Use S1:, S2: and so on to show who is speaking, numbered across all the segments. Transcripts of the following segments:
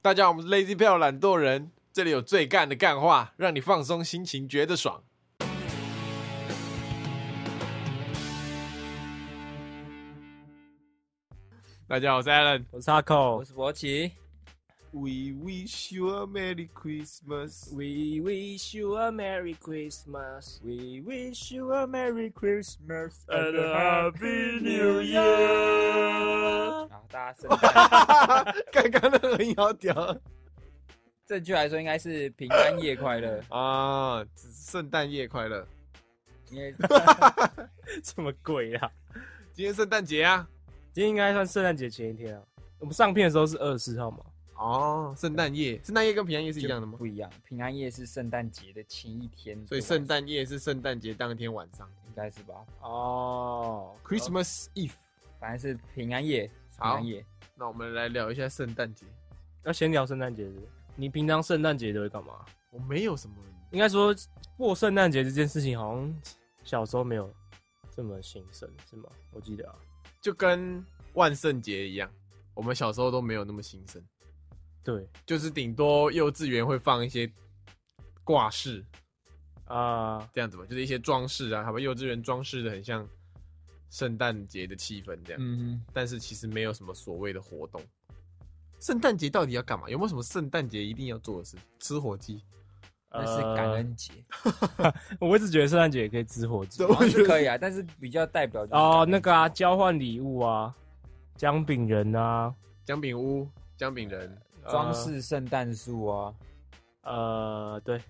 S1: 大家好，我们是 Lazy 票懒惰人，这里有最干的干话，让你放松心情，觉得爽。大家好，我是 Alan。
S2: 我是阿
S3: 我
S2: o
S3: 是博奇，
S1: We wish you a merry Christmas。
S2: We wish you a Merry Christmas. We wish you a Merry Christmas and a Happy New Year.
S3: 啊，大家圣诞
S1: 刚刚那个很好屌
S3: 正确来说应该是平安夜快乐，
S1: 啊！圣诞夜快乐！
S3: 因为
S2: 什么鬼啊？
S1: 今天圣诞节啊！
S2: 今天应该算圣诞节前一天啊。我们上片的时候是二十四号嘛？
S1: 哦，圣诞夜，圣诞夜跟平安夜是一样的吗？
S3: 不一样，平安夜是圣诞节的前一天，
S1: 所以圣诞夜是圣诞节当天晚上
S3: 应该是吧，
S2: 哦
S1: ，Christmas Eve。
S3: 反正是平安夜，平安夜
S1: 那我们来聊一下圣诞节。
S2: 要先聊圣诞节是不是你平常圣诞节都会干嘛？
S1: 我没有什么，
S2: 应该说过圣诞节这件事情，好像小时候没有这么兴盛，是吗？我记得啊，
S1: 就跟万圣节一样，我们小时候都没有那么兴盛，
S2: 对
S1: 就是顶多幼稚园会放一些挂饰
S2: 啊、
S1: 这样子吧，就是一些装饰啊，好吧，幼稚园装饰的很像圣诞节的气氛这样，
S3: 嗯，
S1: 但是其实没有什么所谓的活动。圣诞节到底要干嘛？有没有什么圣诞节一定要做的事？吃火鸡？
S3: 那是感恩节，
S2: 呃我一直觉得圣诞节也可以吃火鸡
S1: 对
S3: 好像是可以啊，但是比较代表就是感恩
S2: 哦，
S3: 节
S2: 那个啊，交换礼物啊，姜饼人啊，
S1: 姜饼屋、姜饼人，呃
S3: 装饰圣诞树啊，
S2: 呃，对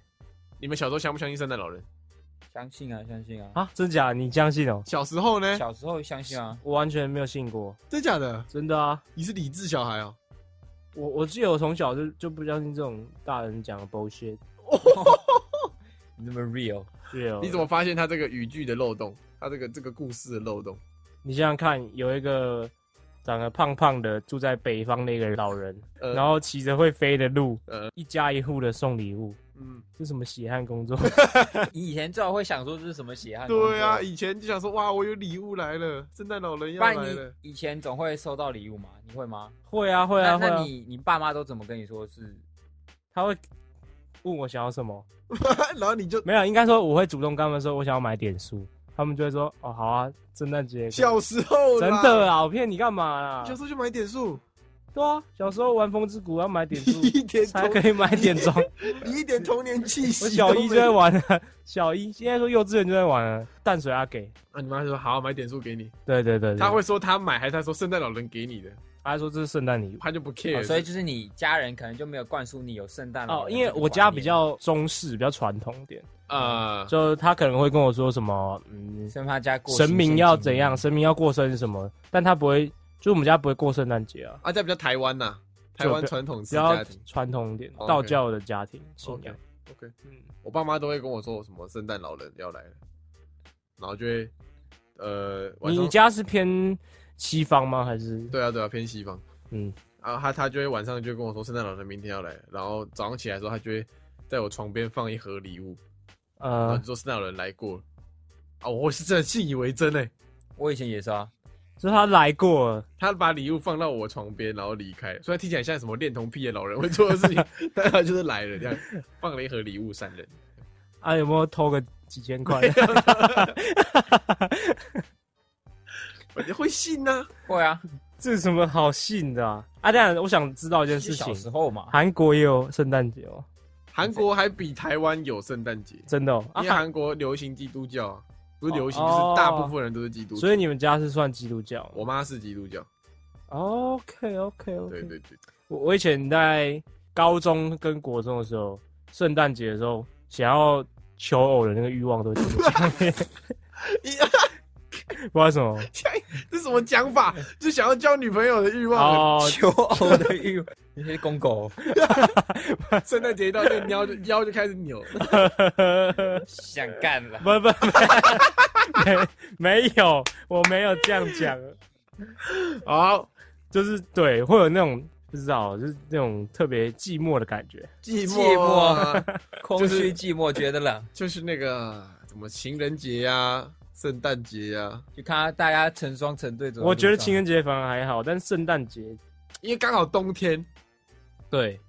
S1: 你们小时候相不相信圣诞老人？
S3: 相信啊，相信啊，
S2: 啊，真假？你相信哦？
S1: 小时候呢？
S3: 小时候相信啊，
S2: 我完全没有信过，
S1: 真假的？
S2: 真的啊！
S1: 你是理智小孩哦、
S2: 我我记得我从小就就不相信这种大人讲的 bullshit。
S3: 你这么 real，
S2: 对哦，
S1: 你怎么发现他这个语句的漏洞？他这个这个故事的漏洞？
S2: 你想想看，有一个长得胖胖的住在北方那个老人，
S1: 呃
S2: 然后骑着会飞的鹿，
S1: 呃
S2: 一家一户的送礼物，
S1: 嗯，
S2: 这什么血汗 工作？
S3: 你以前最好会想说这是什么血汗工作，
S1: 对啊，以前就想说哇，我有礼物来了，圣诞老人要
S3: 不然
S1: 来了。
S3: 你以前总会收到礼物嘛，你会吗？
S2: 会啊会啊会
S3: 那那
S2: 啊！
S3: 你你爸妈都怎么跟你说是？
S2: 他会问我想要什么？
S1: 然后你就
S2: 没有，应该说我会主动跟他们说我想要买点数，他们就会说哦好啊，圣诞节
S1: 小时候
S2: 真
S1: 啦
S2: 的，啊，我骗你干嘛
S1: 你
S2: 啦
S1: 小？时候就买点数，
S2: 对啊，小时候玩风之谷要买点数
S1: 你一 点
S2: 嗯才
S1: 童
S2: 可以买 点装，
S1: 你一点童年气息
S2: 我
S1: 都没有。
S2: 小一就在玩了，小一现在说幼稚园就在玩了，淡水阿给。
S1: 啊，你妈说好买点数给你，
S2: 对对对对
S1: 他会说他买还是他说圣诞老人给你的，
S2: 他说这是圣诞礼物
S1: 他就不
S3: 哦
S1: care。
S3: 所以就是你家人可能就没有灌输你有圣诞老
S2: 哦，
S3: 人
S2: 因为
S3: 这个
S2: 我家
S3: 观念
S2: 比较中式，比较传统一点，
S1: 呃，
S2: 就他可能会跟我说什么，嗯，
S3: 生怕家过
S2: 神明要怎样，
S3: 新鲜
S2: 神明要过生日什么，但他不会，就我们家不会过圣诞节啊，
S1: 啊，这比较台湾呐，台湾传统
S2: 比
S1: 式
S2: 较
S1: 家庭。
S2: 传统一点，
S1: OK
S2: 道教的家庭信仰。
S1: OK，
S2: 嗯，
S1: 我爸妈都会跟我说什么圣诞老人要来了，然后就会呃，晚
S2: 你
S1: 上
S2: 你家是偏西方吗？还是
S1: 对啊对啊偏西方。
S2: 嗯，
S1: 然后他他就会晚上就跟我说圣诞老人明天要来，然后早上起来的时候他就会在我床边放一盒礼物，然后
S2: 呃
S1: 就，说圣诞老人来过了。啊，我是真的信以为真哎，
S3: 情。我以前也是啊，
S2: 就是他来过了，
S1: 他把礼物放到我床边，然后离开。虽然听起来像什么恋童癖的老人会做的事情， 但他就是来了这样，放了一盒礼物闪人。
S2: 啊，有没有偷个几千块？
S1: 我就会信呐、
S3: 会啊，
S2: 这有什么好信的啊？啊，当然，我想知道一件
S3: 是
S2: 事
S3: 小时
S2: 情，
S3: 候嘛，
S2: 韩国也有圣诞节哦，
S1: 韩国还比台湾有圣诞节，
S2: 真的哦
S1: 因
S2: 啊
S1: 为，韩国流行基督教啊，不是流行，
S2: 哦
S1: 就是大部分人都是基督徒。
S2: 韩所以你们家是算基督教？
S1: 我妈是基督教，
S2: OK OK OK，
S1: 对对对，
S2: 我我以前在高中跟国中的时候，圣诞节的时候，想要求偶的那个欲望都挺强 烈，不知道为什么
S1: 这什么讲法？就想要交女朋友的欲望，
S2: 哦，
S3: 求偶的欲望，那些公狗
S1: 圣诞节一到，这个腰就腰就开始扭。
S3: 想干了。
S2: 不不 不没没有，我没有这样讲，
S1: 好，
S2: 就是对，会有那种不知道，就是那种特别寂寞的感觉。
S1: 寂
S3: 寂
S1: 寞
S3: 寞
S1: 啊，
S3: 空虚寂寞，觉得冷，
S1: 就是那个怎么情人节啊、圣诞节啊，
S3: 就看到大家成双成对走。啊
S2: 我觉得情人节反而还好，但圣诞节
S1: 因为刚好冬天，
S2: 对，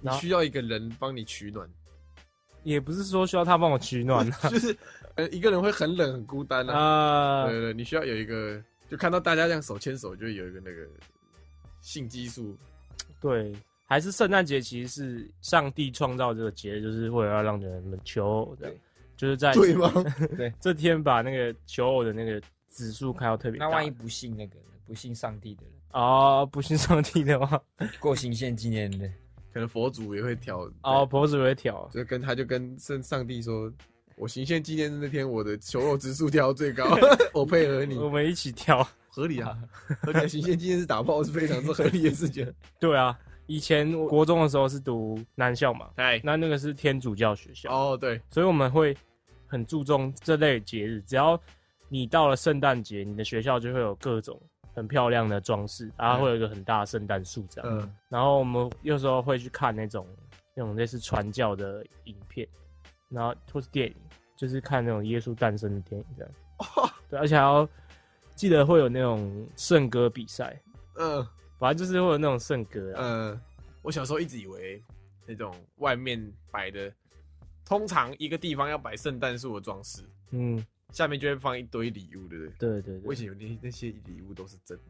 S1: 你
S2: 然后
S1: 需要一个人帮你取暖，
S2: 也不是说需要他帮我取 暖啊
S1: 就是 呃一个人会很冷很孤单啊。
S2: 啊
S1: 对，对对，你需要有一个，就看到大家这样手牵手，就会有一个那个性激素。
S2: 对，还是圣诞节其实是上帝创造这个节日，就是为了要让人们求偶的
S3: 对，
S2: 就是在
S1: 对吗？
S2: 这天把那个求偶的那个指数开到特别大。
S3: 那万一不信那个呢不信上帝的人，
S2: 哦，不信上帝的 话，
S3: 过行宪纪念的，
S1: 可能佛祖也会调
S2: 哦，，脖子会挑。
S1: 就跟他就跟圣上帝说，我行宪纪念日那天，我的求偶指数调到最高， 我配合你，
S2: 我们一起跳。
S1: 合理啊。 而且行宪纪念日打炮是非常之合理的事情。
S2: 对啊，以前我国中的时候是读男校嘛，
S1: 哎，
S2: 那那个是天主教学校，
S1: 哦对，
S2: 所以我们会很注重这类节日。只要你到了圣诞节，你的学校就会有各种很漂亮的装饰，然后会有一个很大的圣诞树这样。
S1: 嗯，
S2: 然后我们有时候会去看那种那种类似传教的影片，然后或是电影，就是看那种耶稣诞生的电影这样。
S1: 哦
S2: 对，而且还要记得会有那种圣歌比赛，
S1: 嗯
S2: 反正就是会有那种圣歌啊。
S1: 嗯，我小时候一直以为那种外面摆的，通常一个地方要摆圣诞树的装饰，
S2: 嗯，
S1: 下面就会放一堆礼物，对不对？
S2: 对对
S1: 我
S2: 对
S1: 以，前有那那些礼物都是真的。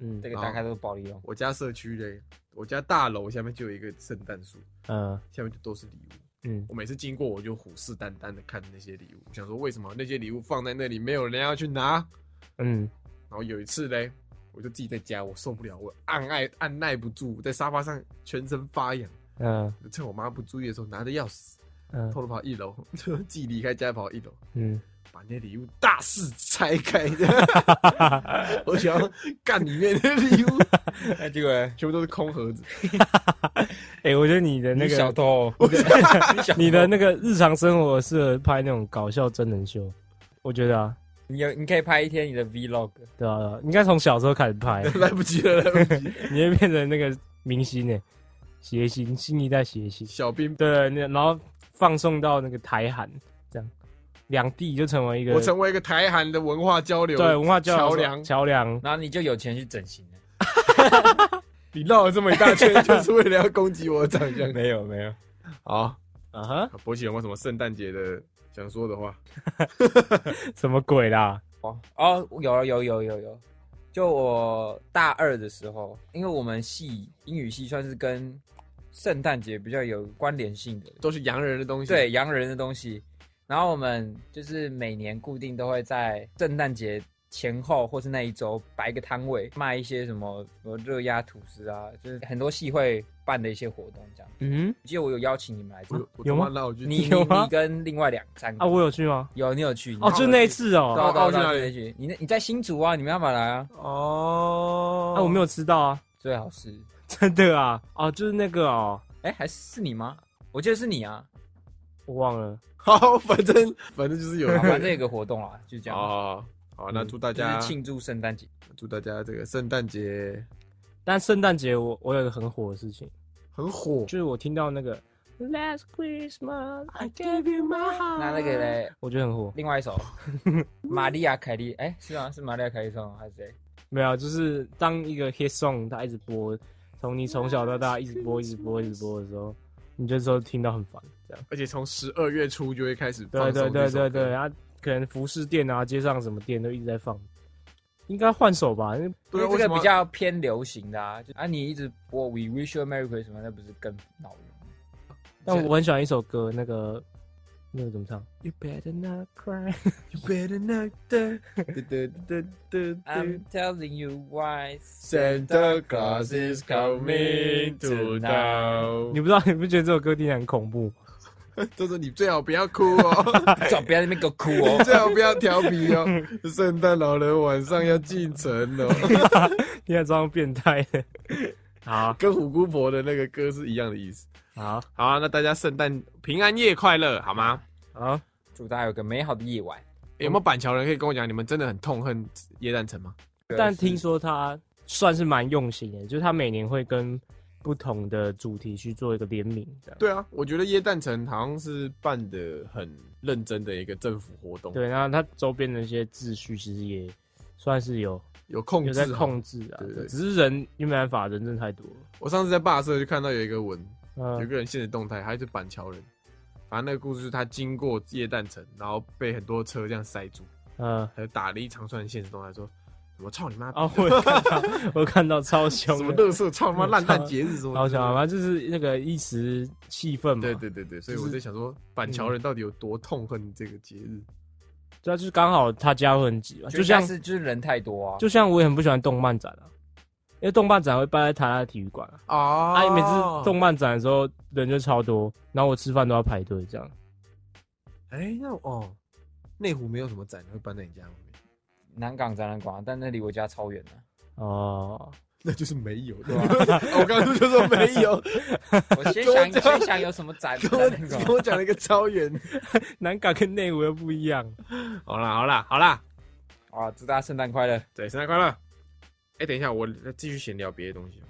S2: 嗯
S3: 这个大概都是暴力哦用。
S1: 我家社区嘞，我家大楼下面就有一个圣诞树，
S2: 呃
S1: 下面就都是礼物。
S2: 嗯
S1: 我每次经过，我就虎视眈眈的看那些礼物，我想说为什么那些礼物放在那里没有人要去拿？
S2: 嗯，
S1: 然后有一次嘞，我就自己在家，我受不了，我按耐按耐不住，在沙发上全身发痒，
S2: 嗯
S1: 趁我妈不注意的时候拿着钥匙
S2: 嗯
S1: 偷偷跑一楼，就自己离开家跑一楼，
S2: 嗯，
S1: 把那礼物大肆拆开，
S2: 哎
S1: 我想要干里面的礼物，
S3: 哎，这个
S1: 全部都是空盒子。
S2: 哎，我觉得你的那
S3: 那个小
S2: 个
S3: 偷，
S2: 你的那个日常生活适合拍那种搞笑真人秀，我觉得啊，
S3: 你有你可以拍一天你的 vlog，
S2: 对啊，对啊应该从小时候开始拍。
S1: 来不及了，来不及了。
S2: 你会变成那个明星呢，谐星，新一代谐星。
S1: 小兵，
S2: 对，那然后放送到那个台韩，这样两地就成为一个
S1: 我成为一个台韩的文化交流
S2: 对文化交流
S1: 桥梁。
S2: 桥梁。
S3: 然后你就有钱去整形了。
S1: 你绕了这么一大 圈，就是为了要攻击我的长相。
S3: 没有没有，
S1: 好，
S2: 啊哈，
S1: 博奇有没有什么圣诞节的想说的话？
S2: 什么鬼啦？
S3: 哦哦，有了有有有有，就我大二的时候，因为我们系英语系算是跟圣诞节比较有关联性的，
S1: 都是洋人的东西。
S3: 对洋人的东西。然后我们就是每年固定都会在圣诞节前后或是那一周摆一个摊位，卖一些什么什么热压吐司啊，就是很多系会办的一些活动这样。
S2: 嗯，
S3: 我记得我有邀请你们来做，
S1: 我，我
S2: 有吗
S1: 他妈绕去
S3: 你你
S2: 有吗
S3: 你跟另外两三个
S2: 啊，我有去吗？
S3: 有你有去
S2: 哦，就那一次
S3: 对
S2: 哦。
S3: 啊对啊
S1: 哦
S3: 对啊
S1: 去哪里
S3: 那一局你那你在新竹啊，你们要不要来啊？
S1: 哦
S2: 啊，我没有吃到啊，
S3: 最好是
S2: 真的啊。哦，就是那个哦，
S3: 哎、还是是你吗？我记得是你啊，
S2: 我忘了。
S1: 好，反正 反正就是有
S3: 好反正有个活动啊，就这样，
S1: 哦，好，那
S2: 嗯
S1: 祝大
S3: 就
S1: 家
S3: 是庆祝圣诞节。
S1: 祝大家这个圣诞节
S2: 但圣诞节我我有一个很火的事情，
S1: 很火
S2: 就是我听到那个 Last Christmas I gave you my heart，
S3: 那那个，嘞，
S2: 我觉得很火。
S3: 另外一首 玛利亚凯莉，哎、是啊，是玛利亚凯莉唱的还是谁？
S2: 没有，啊就是当一个 hit song 它一直播，从你从小到大一直播、一直播、一直播的时候，你这时候听到很烦，这样。
S1: 而且从十二月初就会开始
S2: 对
S1: 放
S2: 对
S1: 松
S2: 对
S1: 这首
S2: 对
S1: 歌
S2: 对，啊，可能服饰店啊、街上什么店都一直在放，应该换首吧？因为
S1: 对啊，
S3: 因
S1: 为
S3: 为这
S1: 什
S3: 个
S1: 么
S3: 比较偏流行的啊，就啊，你一直播 We Wish You a Merry Christmas，那不是更恼人吗？
S2: 但我很喜欢一首歌，那个那个怎么唱？You better not cry，
S1: You better not die. 嘟嘟嘟嘟嘟
S3: I'm telling you why
S1: Santa Claus is coming to
S3: tonight。
S1: town。
S2: 你不知道你不觉得这首歌听起来很恐怖？
S1: 都说你最好不要哭 哦，
S3: 最 好不要在那边给我哭哦。
S1: 最好不要调皮哦。圣诞老人晚上要进城哦，
S2: 听起来装变态的。 好
S1: 跟虎姑婆的那个歌是一样的意思。
S2: 好
S1: 好啊、那大家圣诞平安夜快乐，好吗？
S2: 嗯好，
S3: 祝大家有个美好的夜晚。
S1: 有没有板桥人可以跟我讲，你们真的很痛恨耶诞城吗？
S2: 但听说他算是蛮用心的，就是他每年会跟不同的主题去做一个联名，这样。
S1: 对啊，我觉得耶诞城好像是办的很认真的一个政府活动。
S2: 对，然后他周边的一些秩序其实也算是有
S1: 有控
S2: 有
S1: 制
S2: 在
S1: 好
S2: 控制啊，
S1: 对对对
S2: 只是人没办法，人真的太多了。
S1: 我上次在霸社就看到有一个文，有
S2: 嗯，
S1: 个人现实动态，他是板桥人，反正那个故事就是他经过夜蛋城，然后被很多车这样塞住，
S2: 呃，
S1: 他就打了一长串现实动态说：“什么操你妈！
S2: 啊，我有看到，我有看到超 凶
S1: 什么
S2: 的，
S1: 乐色，操他 妈烂蛋节日什么
S2: 超
S1: 的？”
S2: 凶啊，反正就是那个一时气愤嘛，
S1: 对对对对，所以我在想说，板桥人到底有多痛恨这个节日？
S2: 对啊，就是刚好他加入很急嘛，就
S3: 啊就像
S2: 像
S3: 是就是人太多啊，
S2: 就像我也很不喜欢动漫展啊，因为动漫展会办在台大体育馆啊，
S1: 哦
S2: 啊，每次动漫展的时候人就超多，然后我吃饭都要排队这样。
S1: 哎，那哦，内湖没有什么展会搬在你家旁边，
S3: 南港展览馆，啊但那离我家超远的、
S2: 哦，
S1: 那就是没有，对吧？ 我刚刚就说没 有，
S3: 我先
S1: 跟我
S3: 想
S1: 讲
S3: 先想有什么展
S1: 跟
S3: 展
S1: 我
S3: 览
S1: 跟
S3: 馆，
S1: 我讲了一个超远。
S2: 南港跟内湖又不一 样。
S1: 好啦好啦好啦，
S3: 啊，祝大家圣诞快乐！
S1: 对，生日快乐！哎，等一下，我继续闲聊别的东西，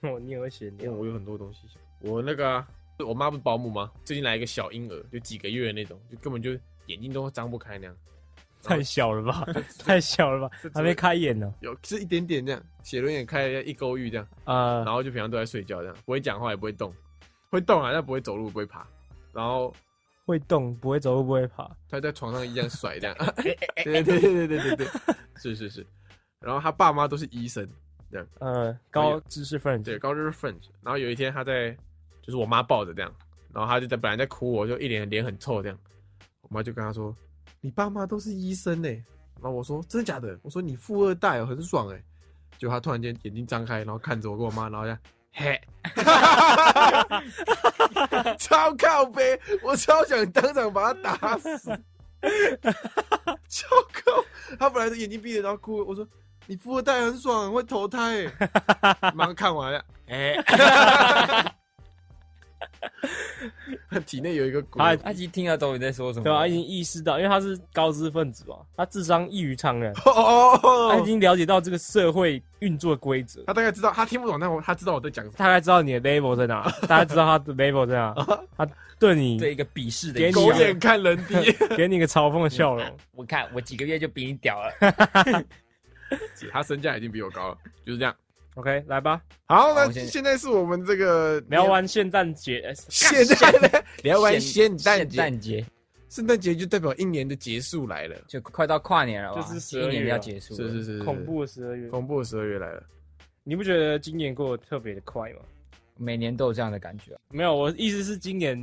S1: 哦
S2: 我你也会闲
S1: 因为
S2: 聊
S1: 哦我有很多东西想。我那个啊、我妈不是保姆吗？最近来一个小婴儿，就几个月的那种，就根本就眼睛都张不开那样，
S2: 太小 了吧，太小了吧
S1: 这，这
S2: 还没开眼呢。
S1: 有是一点点这样，血轮眼开了一勾玉这样。
S2: 呃
S1: 然，后就平常都在睡觉，这样不会讲话，也不会动，会动啊，但不会走路，不会爬。然后
S2: 会动，不会走路，不会爬。
S1: 他在床上一直这样甩，这样，对对对对对对对，是是是。然后他爸妈都是医生，
S2: 呃，
S1: 可
S2: 高
S1: 以
S2: 知识分
S1: 对，
S2: 子。
S1: 高就是 French。然后有一天他在，就是我妈抱着这样，然后他就在本来在哭，我就一脸脸很臭这样，我妈就跟他说：“你爸妈都是医生呢、然后我说：“真的假的？”我说：“你富二代哦、很爽哎、结果他突然间眼睛张开，然后看着我跟我妈，然后这样嘿， 超靠背，我超想当场把他打死， 超靠！他本来是眼睛闭着，然后哭，我说你富二代很爽，很会投胎、欸，马上看完了，哎、他体内有一个鬼，
S2: 他
S3: 阿吉听得懂你在说什 么，
S2: 对啊，已经意识到，因为他是高知分子嘛，他智商异于常人，
S1: 哦
S2: 他已经了解到这个社会运作规则，
S1: 他大概知道，他听不懂，但我他知道我在讲什么。
S2: 大概知道你的 level 在 哪，大概知道他的 level 在哪，他对你
S3: 对一个鄙视的
S2: 给
S3: 一个
S2: 你
S1: 狗
S2: 啊
S3: 笑容，
S1: 眼看人低，
S2: 给你一个嘲讽的笑容。
S3: 我看我几个月就比你屌了。
S1: 他身价已经比我高了，就是这样。
S2: OK，来吧，
S1: 好，
S3: 好
S1: 那
S3: 我先
S1: 现在是我们这个
S2: 聊完圣诞节，呃
S1: 现在的聊完圣诞
S3: 圣
S1: 节，
S3: 诞节
S1: 圣诞节就代表一年的结束来了，
S3: 就快到跨年了吧，
S2: 就是12
S3: 一年
S2: 月
S3: 要
S2: 了
S3: 结束了，
S1: 是是是，是
S2: 恐怖的十二月，
S1: 恐怖的十二月来了。
S2: 你不觉得今年过得特别的快吗？
S3: 每年都有这样的感觉、啊。
S2: 没有，我意思是今年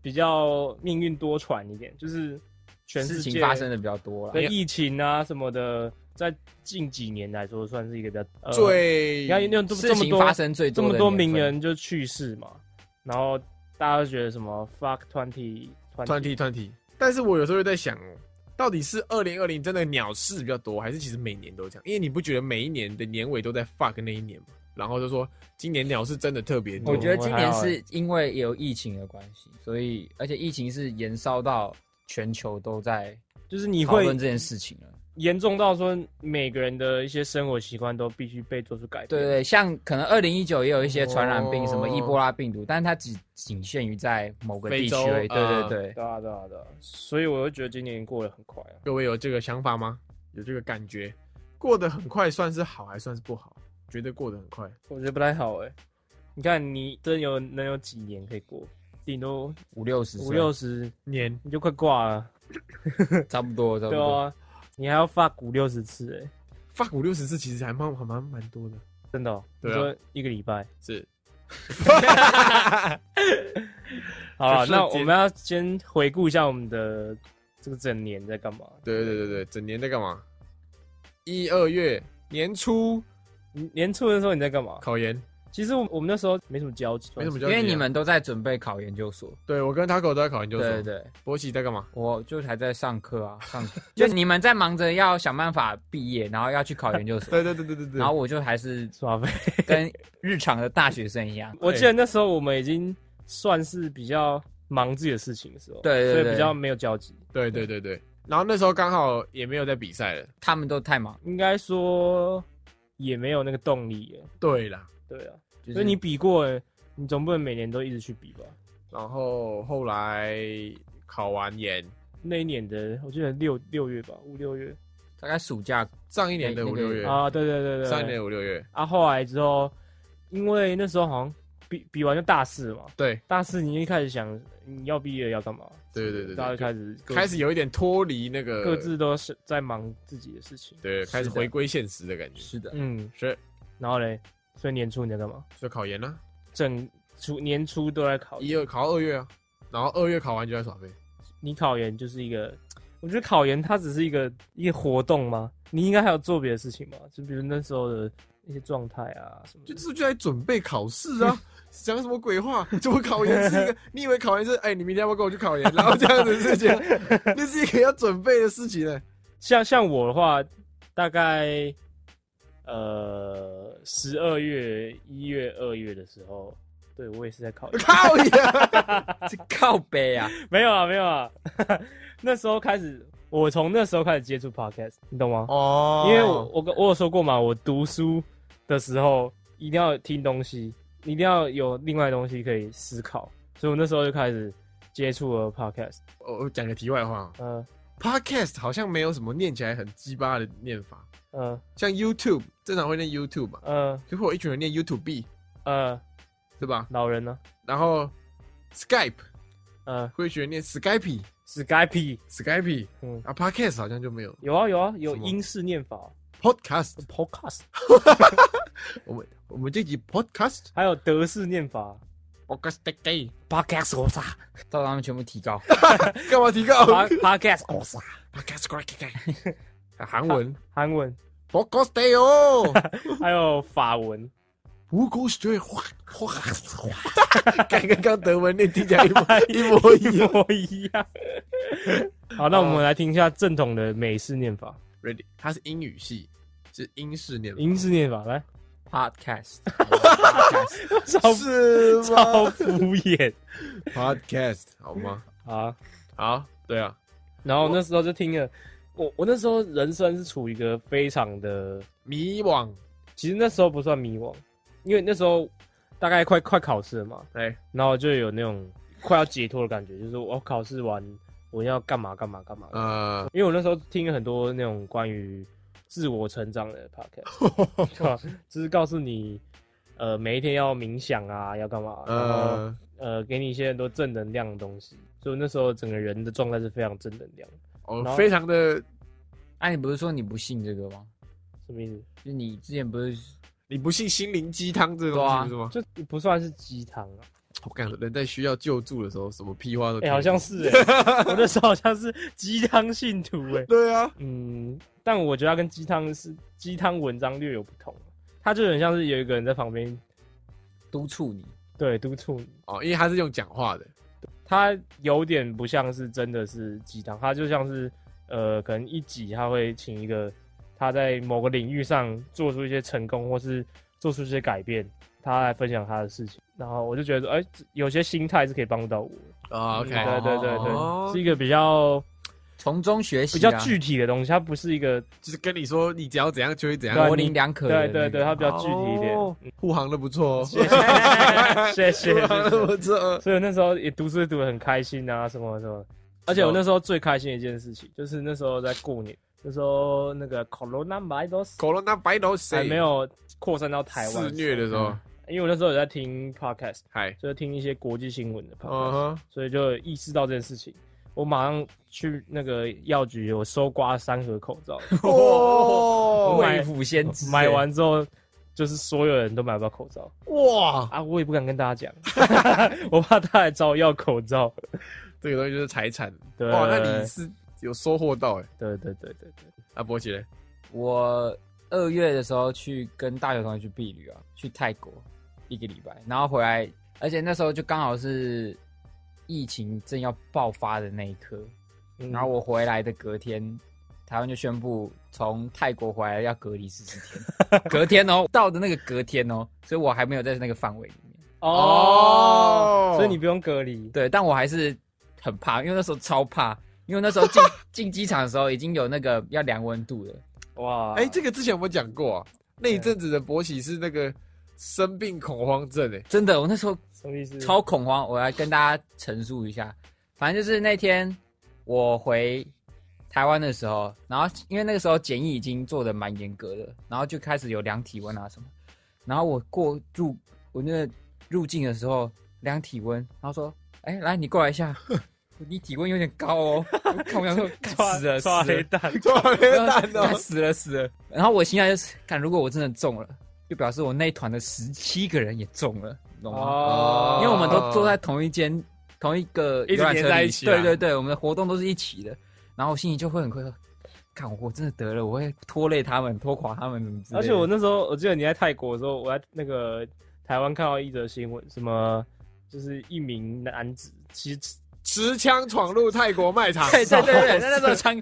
S2: 比较命运多舛一点，就是全世
S3: 事
S2: 界
S3: 情发生的比较多了
S2: 对，疫情啊什么的，在近几年啊来说算是一个比较、呃、
S1: 最
S2: 你看用这
S3: 事
S2: 这么
S3: 情
S2: 多
S3: 发生最
S2: 这
S3: 多的
S2: 么多
S3: 年
S2: 名
S3: 份
S2: 人就去世嘛，然后大家都觉得什么 fuck twenty
S1: 团体团体，但是我有时候又在想哦，到底是二零二零真的鸟事比较多，还是其实每年都这样？因为你不觉得每一年的年尾都在 fuck 那一年吗？然后就说今年鸟事真的特别多
S3: 我，觉得今年
S2: 我还好欸
S3: 是因为有疫情的关系，所以而且疫情是延烧到全球都在
S2: 就是你
S3: 讨
S2: 会
S3: 论这件事情了。
S2: 严重到说每个人的一些生活习惯都必须被做出改变。
S3: 对对，像可能二零一九也有一些传染病，
S1: 哦
S3: 什么伊波拉病毒，但是它只仅限于在某个地
S1: 非
S3: 区
S1: 洲
S3: 而已。对
S1: 呃
S3: 对对，
S2: 对啊对啊对啊，所以我就觉得今年过得很快啊。
S1: 各位有这个想法吗？有这个感觉？过得很快，算是好还算是不好？觉得过得很快，
S2: 我觉得不太好哎、你看，你真有能有几年可以过？顶多
S3: 五六十岁，
S2: 五六十，
S1: 年
S2: 你就快挂了。
S3: 差不 多，差不
S2: 对
S3: 多。
S2: 啊，你还要发五六十次哎、
S1: fuck 五六十次其实还蛮还蛮蛮多的，
S2: 真的、哦。
S1: 对啊
S2: 你说一个礼 拜。
S1: 是
S2: 好
S1: 就
S2: 了，
S1: 是
S2: 那
S1: 今
S2: 我们要先回顾一下我们的这个整年在干嘛。
S1: 对对对对，整年在干嘛？一二月年初
S2: 你年初的时候你在干嘛？
S1: 考研，
S2: 其实我我们那时候没什么交集，
S1: 没什么
S2: 算
S1: 交
S2: 是
S3: 因
S1: 集啊
S3: 为你们都在准备考研究所，
S1: 对我跟 Taco 都在考研究
S3: 对
S1: 生，
S3: 对对，
S1: 博喜在干嘛？
S3: 我就还在上课啊，上 就你们在忙着要想办法毕业，然后要去考研究 所，
S1: 对对对对对对，
S3: 然后我就还是
S2: 耍 飞。，
S3: 跟日常的大学生一样
S2: 我记得那时候我们已经算是比较忙自己的事情的时候，
S3: 对对
S2: 所以
S3: 对
S2: 比较没有交集。
S1: 对对对对，然后那时候刚好也没有在比赛了，
S3: 他们都太忙，
S2: 应该说也没有那个动力耶。
S1: 对啦，
S2: 对啊，
S3: 就
S2: 所
S3: 是
S2: 以你比过了，你总不能每年都一直去比吧？
S1: 然后后来考完研，
S2: 那一年的我记得六六月吧，五六月，
S3: 大概暑假
S1: 上一年
S3: 哎
S1: 的五六月，
S3: 哦
S2: 啊，对对对对，
S1: 上一年的五六月，
S2: 啊，后来之后，因为那时候好像比比完就大四了嘛，
S1: 对
S2: 大四你一开始想你要毕业要干嘛，
S1: 对对对
S2: 大家
S1: 对
S2: 就开始各
S1: 开始有一点脱离那个
S2: 各自都是在忙自己的事情，
S1: 对，开始回归现实的感觉。
S3: 是的，
S2: 嗯，
S1: 是，
S2: 然后嘞，所以年初你在干嘛？
S1: 就考研啦，
S2: 整初年初都在考研，
S1: 一二考到二月啊，然后二月考完就在耍飞。
S2: 你考研就是一个，我觉得考研它只是一个一个活动吗？你应该还有做别的事情吧？就比如那时候的一些状态啊什么 的，
S1: 就是就在准备考试 啊，讲什么鬼话？怎么考研是一 个？你以为考研是哎、你明天要不要跟我去考研？然后这样子的 事情，那是一个要准备的事情 呢、，
S2: 像像我的话，大概呃十二月、一月、二月的时候，对我也是在考研
S1: 靠呀！
S3: 是靠背 啊，
S2: 没有啊，没有啊， 那时候开始，我从那时候开始接触 podcast，你懂吗？
S1: 哦
S2: 因为我我跟我有说过嘛，我读书的时候一定要听东西，一定要有另外东西可以思考，所以我那时候就开始接触了 podcast。
S1: 我我讲个题外话哦
S2: 嗯、
S1: ，Podcast 好像没有什么念起来很鸡巴的念法，
S2: 嗯
S1: 像 YouTube 正常会念 YouTube 嘛，
S2: 嗯
S1: 就会有一群人念 YouTube
S2: 嗯，
S1: 对吧？
S2: 老人呢？
S1: 然后 Skype
S2: 嗯
S1: 会有一群人念 Skype
S2: ，Skype。
S1: Skype，
S2: 嗯
S1: 啊 Podcast 好像就没有
S2: 有啊有啊，有
S1: 什么
S2: 英式念法
S1: Podcast，
S2: podcast，
S1: 我们我们这集 Podcast
S2: 还有德式 念法
S1: Podcast Day。
S2: podcast 我啥
S3: 到他们全部提高，
S1: 干嘛提高
S2: podcast 我啥
S1: 韩文
S2: 韩文，
S1: b o g o s t a y 哦
S2: 还有法文，
S1: b o g o s t a y 哗哗哗，跟刚刚德文念听 起来一模一模一样。
S2: 模 一样。好，那我们来听一下正统的美式念法，
S1: Ready，它是英语系，是英式念法，
S2: 英式 念法，来，
S3: podcast，
S2: 超
S1: 是
S2: 超敷衍
S1: Podcast 好吗？
S2: 啊。
S1: 好，对啊，
S2: 然后那时候就听了，我我那时候人生是处于一个非常的，
S1: 迷惘，
S2: 其实那时候不算迷惘，因为那时候大概快快考试了嘛，
S1: 哎，
S2: 然后就有那种快要解脱的感觉，就是我考试完我要干嘛干嘛干嘛。
S1: 呃，
S2: 因为我那时候听了很多那种关于自我成长的 podcast，对吧就是告诉你，呃，每一天要冥想啊，要干嘛，然后
S1: 呃，
S2: 呃，给你一些很多正能量的东西。所以我那时候整个人的状态是非常正能量的，然
S1: 哦，
S2: 后
S1: 非常的，
S3: 哎，你不是说你不信这个吗？
S2: 什么意思？
S3: 就你之前不是
S1: 你不信心灵鸡汤这个东
S3: 对啊
S1: 西是吗？
S2: 就不算是鸡汤啊，
S1: 我感觉人在需要救助的时候，什么屁话都
S2: 哎、
S1: 可以
S2: 好像是、 欸，我那时候好像是鸡汤信徒、欸，
S1: 对啊，
S2: 嗯，但我觉得它跟鸡汤是鸡汤文章略有不同，它就很像是有一个人在旁边
S3: 督促你，
S2: 对督促你，
S1: 哦，因为他是用讲话的，
S2: 它有点不像是真的是鸡汤，它就像是呃，可能一集他会请一个他在某个领域上做出一些成功，或是做出一些改变，他来分享他的事情，然后我就觉得说，哎、有些心态是可以帮助到我的，
S1: 啊，OK，
S2: 嗯对对对对，
S1: 哦
S2: 是一个比较
S3: 从中学
S2: 比
S3: 习、啊，
S2: 较具体的东西，它不是一个
S1: 就是跟你说你只要怎样就会怎样，
S2: 对
S3: 模棱两可的那
S2: 对对
S3: 个，
S2: 对，它比较具体一点。
S1: 哦护航的不错哦，
S2: 谢谢，
S1: 护
S2: 谢
S1: 航的
S2: 谢。
S1: 不 错。
S2: 所以我那时候也读书读得很开心啊，什么什么。而且我那时候最开心的一件事情，就是那时候在过年，那时候那个 coronavirus
S1: 口龙那白头谁
S2: 还没有扩散到台
S1: 肆
S2: 湾，
S1: 虐的时候
S3: 嗯，
S2: 因为我那时候有在听 podcast，
S1: 嗨，
S2: 就是听一些国际新闻的 podcast，、
S1: 嗯哼，
S2: 所以就意识到这件事情。我马上去那个药局，我搜刮三盒口 罩，
S1: Oh 哇
S2: 买
S3: 未卜先知，
S2: 哎买完之后，就是所有人都买不到口罩
S1: 哇，
S2: 啊！我也不敢跟大家讲， 我怕他来找我要口罩。
S1: 这个东西就是财产。
S2: 对，
S1: 哇，那你是有收获到哎？
S2: 对对对对对，
S1: 啊，波姐嘞，
S3: 欸我二月的时候去跟大学同学去避旅啊，去泰国一个礼拜，然后回来，而且那时候就刚好是疫情正要爆发的那一刻，
S2: 嗯
S3: 然后我回来的隔天，台湾就宣布从泰国回来要隔离十四天，隔天哦， 到的那个隔天哦，所以我还没有在那个范围里面，
S2: 哦
S1: 哦，
S2: 所以你不用隔离，
S3: 对，但我还是很怕，因为那时候超怕。因为那时候进 进机场的时候已经有那个要量温度了，
S2: 哇，
S1: 哎，这个之前有没有讲过啊？那一阵子的博喜是那个生病恐慌症 哎，
S3: 真的，我那时候
S2: 什么意思？
S3: 超恐慌。我来跟大家陈述一下，反正就是那天我回台湾的时候，然后因为那个时候检疫已经做的蛮严格的，然后就开始有量体温啊什么。然后我过入我那个入境的时候量体温，然后说：“哎、来你过来一下，你体温有点高哦。”我看我想说， 干死了，死
S2: 抓
S3: 了
S2: 黑蛋，
S1: 抓黑蛋
S3: 然后
S1: 哦
S3: 干，死了死了。然后我心想就是，看如果我真的中了，就表示我那一团的十七个人也中了，你懂吗？
S2: 哦
S3: 因为我们都坐在同一间同一个游览车
S2: 一直
S3: 里
S2: 黏在一起啊
S3: 对对对，我们的活动都是一起的。然后我心里就会很快乐，看我真的得了，我会拖累他们，拖垮他们怎么之类的
S2: 而 且我那时候，我记得你在泰国的时候，我在那个台湾看到一则新闻，什么就是一名男子骑
S1: 持枪闯入泰国卖场，
S3: 对对对对，那那时候传，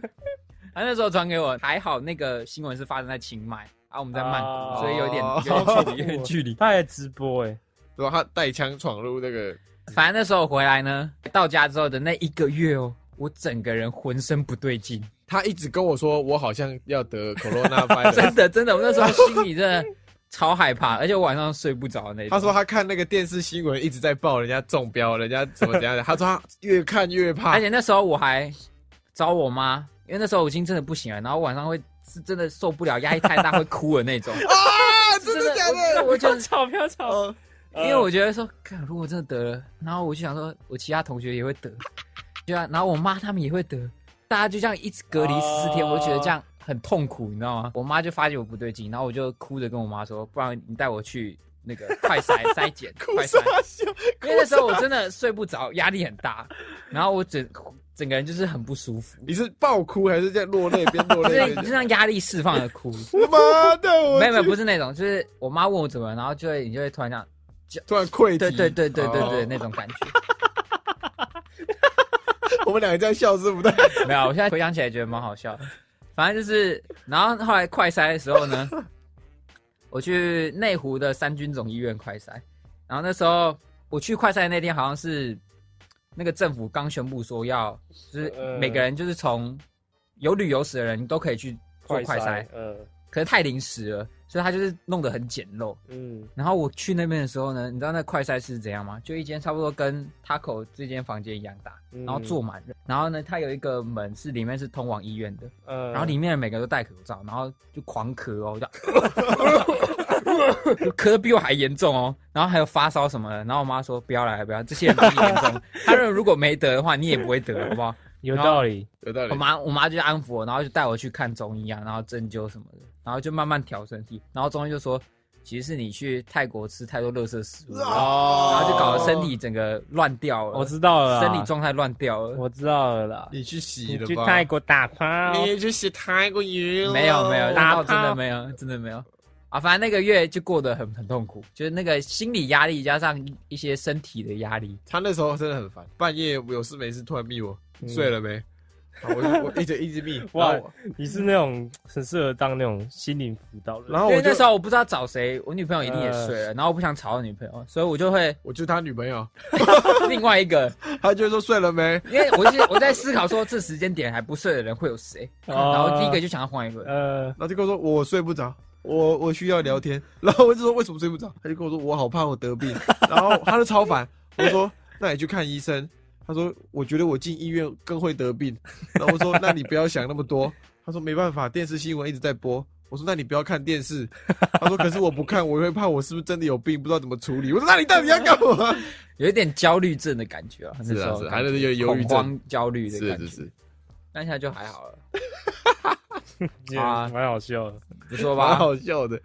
S3: 他那时候传给我，还好那个新闻是发生在清迈啊，我们在曼谷，
S2: 哦
S3: 所以有点
S2: 好
S3: 有
S2: 恐
S3: 点距离，有
S2: 怖
S3: 点距 离。
S2: 他还直播哎、
S1: 对吧？他带枪闯入那个，
S3: 反正那时候回来呢，到家之后的那一个月哦，我整个人浑身不对劲，
S1: 他一直跟我说，我好像要得 corona virus
S3: 真。的真的，我那时候心里真的超害怕，而且我晚上睡不着那种。
S1: 他说他看那个电视新闻一直在报人家中标，人家怎么怎样的。他说他越看越怕
S3: 而，且那时候我还找我妈，因为那时候我已经真的不行了，然后晚上会是真的受不了，压力太大会哭的那种。
S1: 啊， 真
S3: 真
S1: 的假
S3: 我
S1: 的？
S3: 我就
S2: 吵不要吵，
S1: 哦，
S2: 呃
S3: 因为我觉得说，看如果真的得了，然后我就想说，我其他同学也会得，对啊，然后我妈他们也会得，大家就这样一直隔离十四天，
S2: 哦
S3: 我就觉得这样很痛苦，你知道吗？我妈就发觉我不对劲，然后我就哭着跟我妈说，不然你带我去那个快筛筛检，
S1: 哭
S3: 快
S1: 傻
S3: 筛。
S1: 笑，
S3: 因为那时候我真的睡不着，压力很大，然后我整整个人就是很不舒服，
S1: 你是爆哭还是在落泪边落
S3: 就是
S1: 泪
S3: 就
S1: 边？
S3: 像压力释放的哭。
S1: 妈的， 我
S3: 没有没有，不是那种，就是我妈问我怎么了，然后就会你就会突然这样，
S1: 突然溃堤。
S3: 对对对对对对，
S1: 哦
S3: 那种感觉。
S1: 我们两个这样笑是不对。
S3: 没有，我现在回想起来觉得蛮好笑的。反正就是，然后后来快筛的时候 呢，我去内湖的三军总医院快筛，然后那时候我去快筛的那天好像是那个政府刚宣布说要，就是
S2: 呃
S3: 每个人就是从有旅游史的人都可以去做哦快筛，
S2: 呃
S3: 可是太临时了，所以他就是弄得很简陋。
S2: 嗯，
S3: 然后我去那边的时候呢，你知道那快筛是怎样吗？就一间差不多跟 Taco 这间房间一样大，
S2: 嗯
S3: 然后坐满人。然后呢，它有一个门是里面是通往医院的，
S2: 呃
S3: 然后里面的每个都戴口罩，然后就狂咳哦，就 咳得比我还严重哦，然后还有发烧什么的。然后我妈说不要来，不要，这些人比你严重。他认为如果没得的话，你也不会得，好不好？
S2: 有道理，
S1: 有道理
S3: 我。妈我妈就安抚我，然后就带我去看中医啊，然后针灸什么的，然后就慢慢调身体。然后中医就说，其实是你去泰国吃太多垃圾食物，然
S1: 哦
S3: 后就搞得身体整个乱掉了，
S2: 啊我知道了啦，
S3: 生理状态乱掉了。
S2: 我知道了啦，
S1: 你去洗
S2: 你
S1: 了吧？
S2: 去泰国打炮，
S1: 你去洗泰国鱼了？
S3: 没有没有，
S2: 打
S3: 然后真
S2: 炮
S3: 的没有，真的没有。啊，反正那个月就过得很很痛苦，就是那个心理压力加上一些身体的压力。
S1: 他那时候真的很烦，半夜有事没事突然密我，
S2: 嗯
S1: 睡了没？然后我就我一直一直密，然
S2: 哇
S1: 后我
S2: 你是那种很适合当那种心灵辅导的人，
S1: 然后
S3: 因
S1: 我
S3: 为那
S1: 就
S3: 时候我不知道找谁，我女朋友一定
S2: 呃
S3: 也睡了，然后我不想吵我女朋友，所以我就会
S1: 我就他女朋友，
S3: 另外一个，
S1: 他就说睡了没？
S3: 因为我是我在思考说这时间点还不睡的人会有谁，
S2: 哦
S3: 然后第一个就想要黄一伦，
S2: 呃，
S1: 然后就跟我说我睡不着，我我需要聊天。 然后我就说为什么睡不着？他就跟我说我好怕我得病。 然后他就超烦，我说那你去看医生。他说我觉得我进医院更会得病。然后我说那你不要想那么多。他说没办法，电视新闻一直在播。我说那你不要看电视。他说可是我不看，我会怕我是不是真的有病，不知道怎么处理。我说那你到底要干嘛？
S3: 有一点焦虑症的感觉啊，
S1: 是啊
S3: 那时候
S1: 是啊
S3: 感觉
S1: 还有点忧郁症
S3: 恐慌焦虑的感 觉，
S1: 是，
S3: 但现在就还好 了，
S2: 啊，蛮好笑的。
S3: 不错
S1: 蛮
S3: 吧？
S1: 好哎笑的，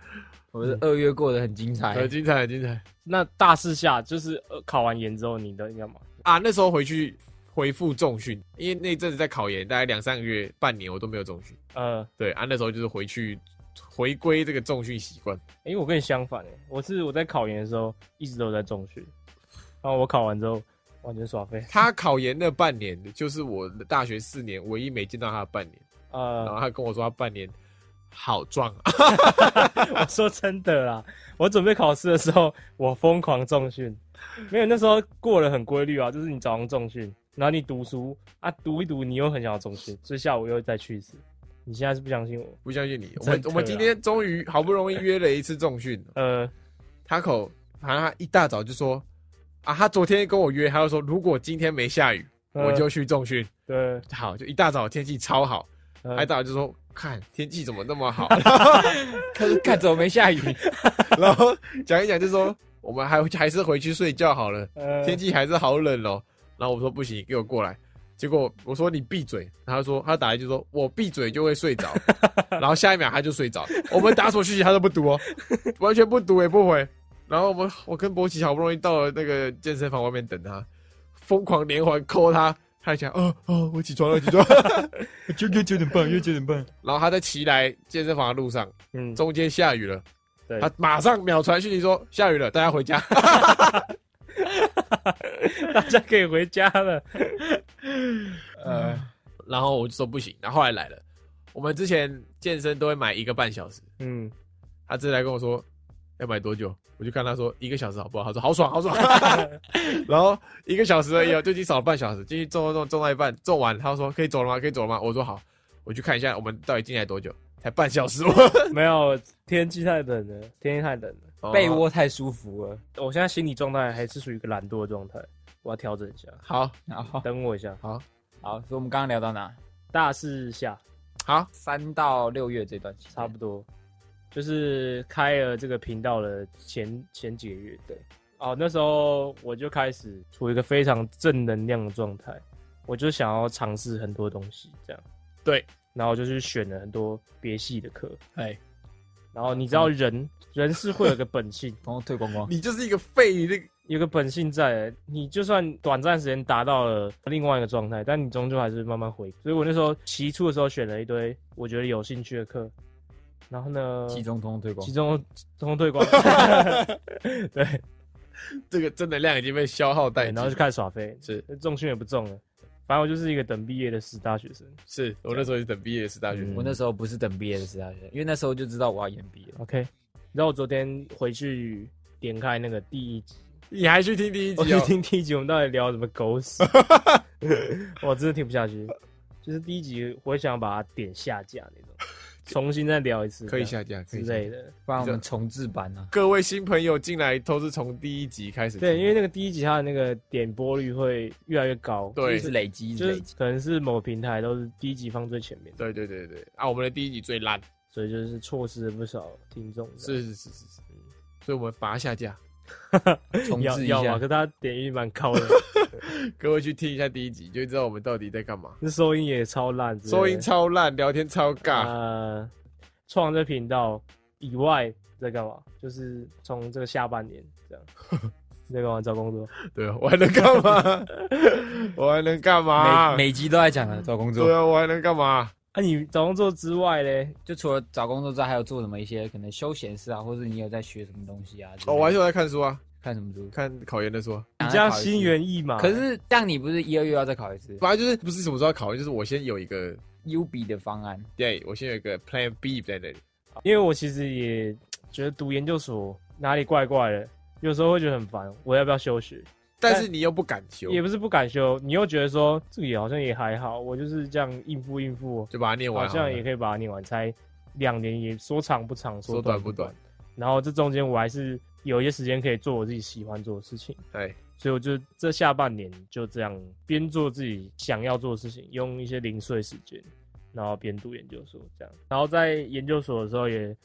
S3: 我的二月过得很精彩，
S1: 很精彩，很精彩
S2: 那大四下就是呃考完研之后，你的你干嘛？
S1: 啊！那时候回去回复重训，因为那阵子在考研，大概两三个月、半年我都没有重训。
S2: 呃，
S1: 对啊，那时候就是回去回归这个重训习惯。
S2: 因为我跟你相反哎、我是我在考研的时候一直都有在中学，然后我考完之后完全耍废，
S1: 他考研那半年，就是我的大学四年唯一没见到他的半年。然后
S2: 呃，
S1: 他跟我说他半年好壮啊，
S2: 我呃 说真的啦，我准备考试的时候我疯狂重训，没有那时候过得很规律啊，就是你早上重训，然后你读书啊读一读，你又很想要重训，所以下午又再去一次。你现在是不相信我？
S1: 不相信你。我们
S2: 真的啊
S1: 我们今天终于好不容易约了一次重训，
S2: 呃，
S1: 他口反正他一大早就说啊，他昨天跟我约，他就说如果今天没下雨，
S2: 呃
S1: 我就去重训。
S2: 对，
S1: 好，就一大早天气超好，
S2: 嗯
S1: 挨打就说看天气怎么那么好，
S3: 可是看怎么没下雨？
S1: 然后讲一讲就说我们还还是回去睡觉好了，
S2: 呃
S1: 天气还是好冷哦。然后我说不行，给我过来。结果我说你闭嘴，然后他说他打一句说我闭嘴就会睡着，然后下一秒他就睡着。我们打什么讯息他都不读哦，完全不读也不回。然后我们我跟博奇好不容易到了那个健身房外面等他，疯狂连环扣他，他还讲哦哦我起床了起床了，
S2: 九点九点半，约九点半，
S1: 然后他在骑来健身房的路上，
S2: 嗯，
S1: 中间下雨了，
S2: 对
S1: 他马上秒传讯息说下雨了，大家回家。
S2: 大家可以回家了。
S3: 呃，
S1: 然后我就说不行，然后后来来了，我们之前健身都会买一个半小时，
S2: 嗯，
S1: 他直接来跟我说要买多久，我就看他说一个小时好不好？他说好爽好爽，然后一个小时而已哦，就已经少了半小时，进去种种种到一半，种完他说可以走了吗？可以走了吗？我说好，我去看一下我们到底进来多久，才半小时，
S2: 没有，天气太冷了，天气太冷了。
S1: 我
S3: 被窝太舒服了。
S2: 我现在心理状态还是属于一个懒惰的状态，我要调整一下。
S1: 好
S3: 然后
S2: 等我一下，
S1: 好
S3: 好，所以我们刚刚聊到哪？
S2: 大四下
S1: 好
S3: 三到六月这段期间，
S2: 差不多，就是开了这个频道的前前几个月，对，哦，那时候我就开始处于一个非常正能量的状态，我就想要尝试很多东西，这样，
S1: 对，
S2: 然后我就去选了很多别系的课，
S1: 哎，
S2: 然后你知道人、人是会有个本性，
S3: 通通退光光。
S1: 哎你就是一个废你那个
S2: 有个本性在，你就算短暂时间达到了另外一个状态，但你终究还是慢慢回。所以我那时候起初的时候选了一堆我觉得有兴趣的课，然后呢，
S1: 呃
S3: 其中通通退光
S2: 其，中通通退光， 对，
S1: 这个正能量已经被消耗殆
S2: 对，然后就
S1: 尽，
S2: 开始耍飞，
S1: 是
S2: 重训也不重了，反正我就是一个等毕业的死大学生。
S1: 是我那时候是等毕业是大学生，
S2: 嗯
S3: 我那时候不是等毕业的时候，因为那时候就知道我要演毕业了。
S2: OK，然后我昨天回去点开那个第一集，
S1: 你还去听第一
S2: 我
S1: 集
S2: 去
S1: 哦，
S2: 听第一集，我们到底聊什么 狗屎？我真的听不下去。就是第一集，我想把它点下架那 种，重新再聊一次，
S1: 可以
S2: 这
S1: 下
S2: 样
S1: 架，可
S2: 之
S1: 以下架
S2: 类的。
S3: 不然我们重置啊版呢、
S1: 各位新朋友进来都是从第一集开始听，
S2: 对，因为那个第一集它的那个点播率会越来越高，
S3: 啊，
S1: 对
S3: 就是累积，一直
S2: 就
S3: 累
S2: 是
S3: 积。
S2: 可能是某平台都是第一集放最前面，
S1: 对对对对啊，我们的第一集最烂，
S2: 所以就是错失了不少听众。
S1: 是是是是是，所以我们把它下 架，
S3: 重
S2: 要
S3: 置一
S2: 要嘛，
S3: 下
S2: 可。它点率蛮高的，
S1: 各位去听一下第一集，就会知道我们到底在干嘛。
S2: 那收音也超烂之类的，
S1: 收音超烂，聊天超
S3: 啊
S1: 尬，
S2: 呃，创这频道以外在干嘛？就是从这个下半年这 样，你在干嘛？找工作？
S1: 对啊，我还能干 嘛？我还能干嘛？
S3: 每每集都在讲的找工
S1: 对
S3: 作，
S1: 啊，我还能干嘛？
S2: 啊，你找工作之外嘞，
S3: 就除了找工作之外，还有做什么一些可能休闲事啊，或者你有在学什么东西啊？之类的
S1: 哦，我还是有在看书啊，
S3: 看什么书？
S1: 看考研的书啊，
S2: 你
S3: 想
S2: 这样
S3: 再考一次
S2: 心猿意马。
S3: 可是这样你不是一、二月要再考一次
S1: 反正就是不是什么时候要考研，就是我先有一个，
S3: ？U B 的方案，
S1: 对我先有一个 Plan B 在那里。
S2: 因为我其实也觉得读研究所哪里怪怪的，有时候会觉得很烦。我要不要休学？
S1: 但是你又不敢修，
S2: 也不是不敢休，你又觉得说这个也好像也还好，我就是这样应付应付，哦
S1: 就把它念完
S2: 好
S1: 了，
S2: 像也可以把它念完，才两年也说长不长，
S1: 说
S2: 短
S1: 短不短。
S2: 然后这中间我还是有一些时间可以做我自己喜欢做的事情，
S1: 哎，
S2: 所以我就这下半年就这样边做自己想要做的事情，用一些零碎时间，然后边读研究所这样。然后在研究所的时候也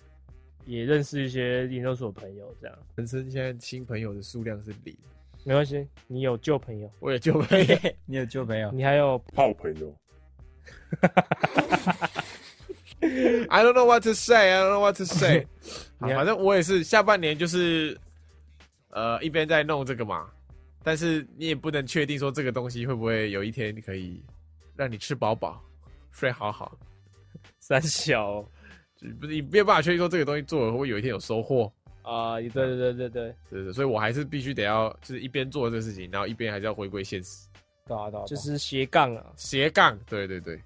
S2: 也认识一些研究所朋友，这样
S1: 人生现在新朋友的数量是零，
S2: 没关系，你有旧朋友，
S1: 我也就没有。
S3: 你有救没有？
S2: 你还有
S4: 炮朋友。
S1: I don't know what to say. I don't know what to say. 好
S2: Yeah.
S1: 反正我也是下半年就是呃一边在弄这个嘛，但是你也不能确定说这个东西会不会有一天可以让你吃饱饱、睡好好，
S2: 三小哦
S1: 就不是你没有办法确定说这个东西做了会不会有一天有收获，
S2: 啊、对对对对对，
S1: 是不是？所以我还是必须得要就是一边做这个事情，然后一边还是要回归现实。
S3: 对啊对啊，对啊
S2: 就是斜杠啊，
S1: 斜杠，对对对，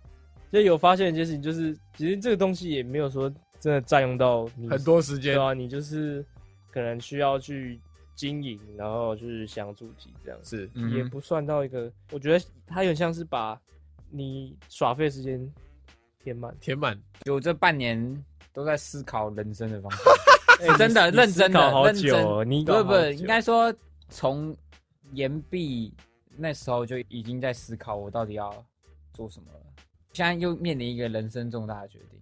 S2: 就有发现一件事情，就是其实这个东西也没有说真的占用到你
S1: 很多时间
S2: 对啊，你就是可能需要去经营，然后去想主题这样子，
S1: 是。
S3: 嗯哼
S2: 也不算到一个，我觉得它有点像是把你耍废时间填满
S1: 填满。
S3: 就我这半年都在思考人生的方向。
S2: 哎
S3: 真的
S2: 你
S3: 认真的
S2: 你思考好
S3: 认真
S2: 久哦，你
S3: 不是不
S2: 搞好久
S3: 是，应该说从岩壁那时候就已经在思考我到底要做什么了。现在又面临一个人生重大的决定。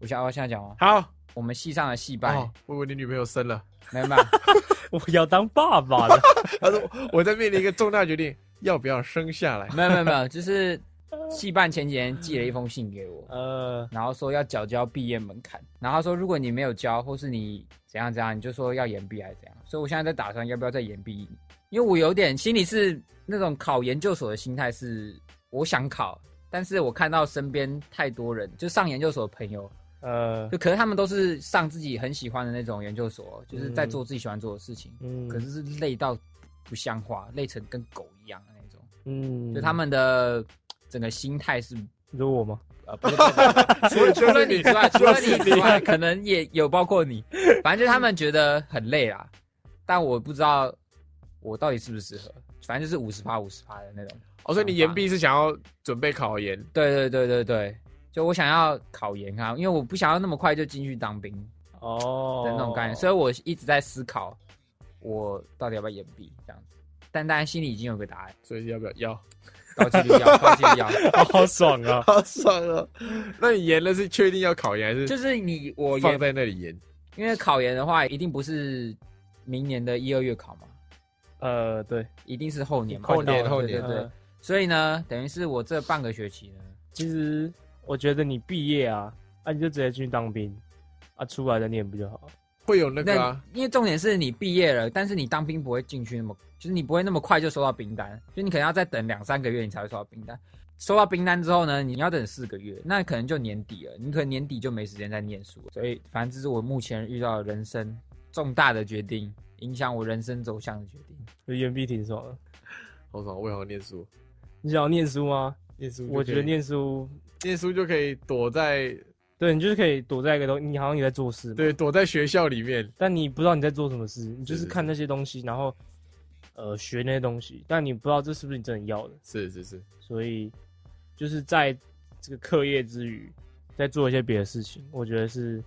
S3: 我想哦我现在讲吗？
S1: 好，
S3: 我们系上的系办，
S1: 哦，我以为你女朋友生了。
S3: 没有没有，
S2: 我要当爸爸了。
S1: 他说 我在面临一个重大决定，要不要生下 来？
S3: 没有没有没 有，就是系办前几天寄了一封信给我，
S2: 呃，
S3: 然后说要缴交毕业门槛，然后他说如果你没有交，或是你怎样怎样，你就说要延毕还是怎样。所以我现在在打算要不要再延毕，因为我有点心里是那种考研究所的心态是，我想考，但是我看到身边太多人就上研究所的朋友，
S2: 呃，
S3: 就可是他们都是上自己很喜欢的那种研究所，就是在做自己喜欢做的事情，
S2: 嗯，
S3: 可是是累到不像话，累成跟狗一样的那种，
S2: 嗯，
S3: 就他们的整个心态是
S2: 你说我吗？
S3: 呃，不是不是 除了除了你之外，除了你之外，可能也有包括你，反正就是他们觉得很累啦。 但我不知道我到底适不适合，反正就是五十趴五十趴的那种。
S1: 哦，所以你延毕是想要准备考研？
S3: 对对对对对，就我想要考研啊，因为我不想要那么快就进去当兵
S2: 哦
S3: 的，那种概 念，所以我一直在思考我到底要不要延毕这样子。但大家心里已经有个答案，
S1: 所以要不要要？
S3: 高几率 要，高几率要。
S2: 以好爽啊！
S1: 好爽哦！ 那你延了是确定要考研，还是
S3: 就是你我
S1: 放
S3: 也
S1: 在那里延？
S3: 因为考研的话，一定不是明年的一二月考嘛，
S2: 呃，对，
S3: 一定是后年嘛，
S1: 后年
S3: 对
S1: 后年嗯
S3: 对对对
S2: 呃
S3: 所以呢，等于是我这半个学期呢，
S2: 其实我觉得你毕业啊，啊，你就直接去当兵，啊，出来再念不就好了？
S1: 会有那个
S3: 那
S1: 啊？
S3: 因为重点是你毕业了，但是你当兵不会进去那么，就是你不会那么快就收到兵单，就你可能要再等两三个月你才会收到兵单。收到兵单之后呢，你要等四个月，那可能就年底了，你可能年底就没时间再念书了。所以，反正这是我目前遇到的人生重大的决定，影响我人生走向的决定。
S2: 就延毕挺爽的。
S1: 好爽，我也好念书，
S2: 你想要念书吗？
S1: 念书就可以
S2: 我觉得念书，
S1: 念书就可以躲在
S2: 对你就是可以躲在一个东，你好像也在做事嘛，
S1: 对躲在学校里面，
S2: 但你不知道你在做什么事，你就是
S1: 是
S2: 是看那些东西，然后呃学那些东西，但你不知道这是不是你真的要的，
S1: 是是是，
S2: 所以就是在这个课业之余，在做一些别的事情，我觉得是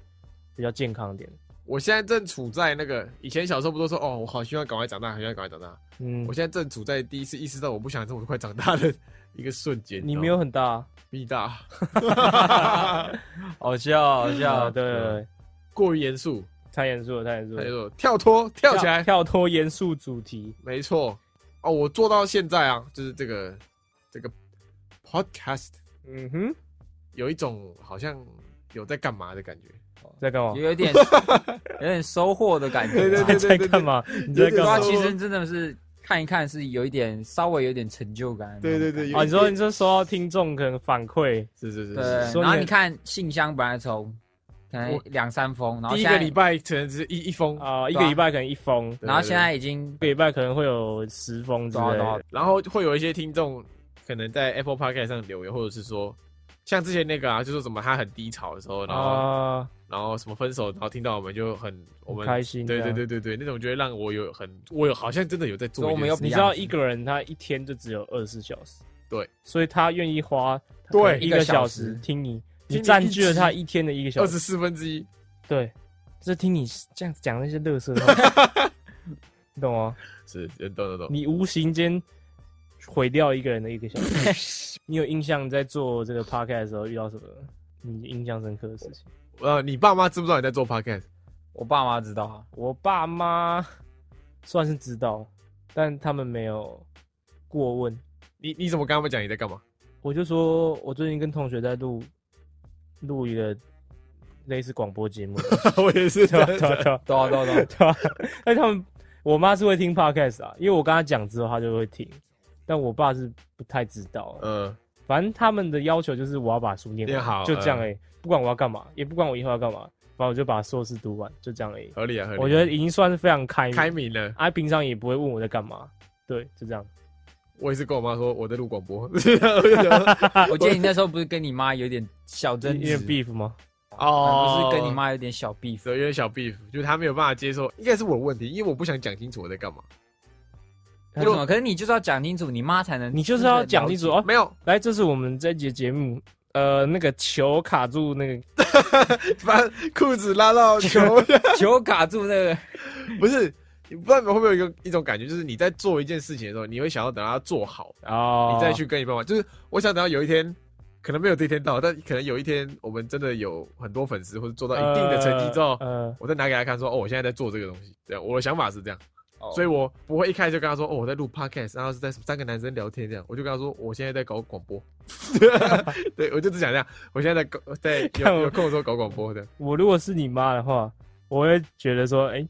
S2: 比较健康一点的。
S1: 我现在正处在那个以前小时候不都说哦，我好希望赶快长大，好希望赶快长大。
S2: 嗯
S1: 我，现在正处在第一次意识到我不想这么快长大的一个瞬间。知
S2: 你
S1: 道吗
S2: 没有很大啊，
S1: 比你大，
S3: 好笑，好
S2: 啊，对对对，
S1: 过于严肃，
S2: 太严肃了，太严肃
S1: 他就
S2: 了，
S1: 说跳脱跳起来，
S2: 跳脱严肃主题，
S1: 没错。哦，我做到现在啊，就是这个这个 podcast
S2: 嗯哼，
S1: 有一种好像有在干嘛的感觉，
S2: 在干嘛？
S3: 有一点有点收获的感觉啊。
S1: 对对对
S2: 在干嘛？你在干
S3: 对
S2: 嘛
S3: 啊，
S1: 有点收？
S3: 其实真的是看一看是有一点稍微有点成就感。
S1: 对对对有
S2: 啊，你说你说收到听众可能反馈，
S1: 是是是
S3: 对
S1: 是。
S2: 说
S3: 然后
S2: 你
S3: 你看信箱本来从可能
S1: 我
S3: 两三封，然后
S1: 第一
S3: 现
S1: 个
S3: 在
S1: 礼拜可能只是一一封，
S2: 啊、一
S3: 对啊
S2: 个礼拜可能一封，一
S1: 对
S3: 然后
S1: 对
S3: 现在已经
S2: 个礼拜可能会有十封之
S3: 多
S1: 啊
S3: 少
S2: 类
S3: 多少
S2: 的。，
S1: 然后会有一些听众可能在 Apple Podcast 上留言，或者是说像之前那个啊，就说什么他很低潮的时候，然后、
S2: 啊，
S1: 然后什么分手，然后听到我们就很我们
S2: 很开心
S1: 对
S2: 这
S1: 对
S2: 样
S1: 对对对，那种就会让我有很我有好像真的有在做
S3: 所以
S1: 一
S3: 我
S1: 件事，
S3: 们又
S2: 你知道一个人他一天就只有二十四小时，
S1: 对，
S2: 所以他愿意花
S1: 对
S2: 可能一个小
S3: 一
S2: 时
S3: 个小时
S1: 听
S2: 听你，
S1: 你
S2: 你占据
S1: 一
S2: 了
S1: 集
S2: 他一天的一个小
S1: 二
S2: 时，
S1: 十四分之一，
S2: 对，就是听你这样子讲那些乐色话， 你懂吗？
S1: 是呃懂懂懂，
S2: 你无形间毁掉一个人的一个小时。你有印象在做这个 podcast 的时候遇到什么你印象深刻的事情？
S1: 呃，你爸妈知不知道你在做 podcast？
S3: 我爸妈知道啊，
S2: 我爸妈算是知道，但他们没有过问。
S1: 你你怎么跟他们讲你在 干嘛？
S2: 我就说我最近跟同学在录录一个类似广播节目，
S1: 我也是，
S2: 对吧？对吧？对吧？
S3: 都 都都，
S2: 对吧？但他们我妈是会听 podcast 啊，因为我跟她讲之后，她就会听。但我爸是不太知道，
S1: 嗯，
S2: 反正他们的要求就是我要把书念完
S1: 念好嗯
S2: 就这样而已，不管我要干嘛，也不管我以后要干嘛，反正我就把硕士读完，就这样而已。
S1: 合理啊，合理啊。
S2: 我觉得已经算是非常开明，
S1: 开明了，
S2: 啊，平常也不会问我在干嘛，对，就这样。
S1: 我也是跟我妈说我在录广 播，我就想说
S2: 啊
S3: 我记得你那时候不是跟你妈有点小争
S2: 因为
S3: 执，啊
S2: beef 吗？
S1: 哦
S3: 不是跟你妈有点小 beef，
S2: 哦
S1: 有点小 beef，就是他没有办法接受，应该是我的问题，因为我不想讲清楚我在干嘛。
S3: 为什么？可是你就是要讲清楚，你妈才能
S2: 你就是要讲清楚
S3: 了解
S2: 哦。
S1: 没有，
S2: 来，这是我们这一节节目，呃，那个球卡住那个，
S1: 把裤子拉 到球，
S3: 球卡住那个，
S1: 不是，你不知道你们会不会有一个一种感觉，就是你在做一件事情的时候，你会想要等它做好，
S2: 哦，
S1: 你再去跟你爸妈。就是我想等到有一天可能没有这一天到，但可能有一天我们真的有很多粉丝或者做到一定的成绩之后，
S2: 呃，
S1: 我再拿给他看说，哦，我现在在做这个东西。这样，我的想法是这样，
S3: 哦
S1: 所以我不会一开始就跟他说，哦，我在录 podcast，然后是在三个男生聊天这样，我就跟他说，哦我现在在搞广播， 对，我就只想这样，我现在在搞，在
S2: 看我
S1: 有有空的时候搞广播的，
S2: 我如果是你妈的话，我会觉得说，哎、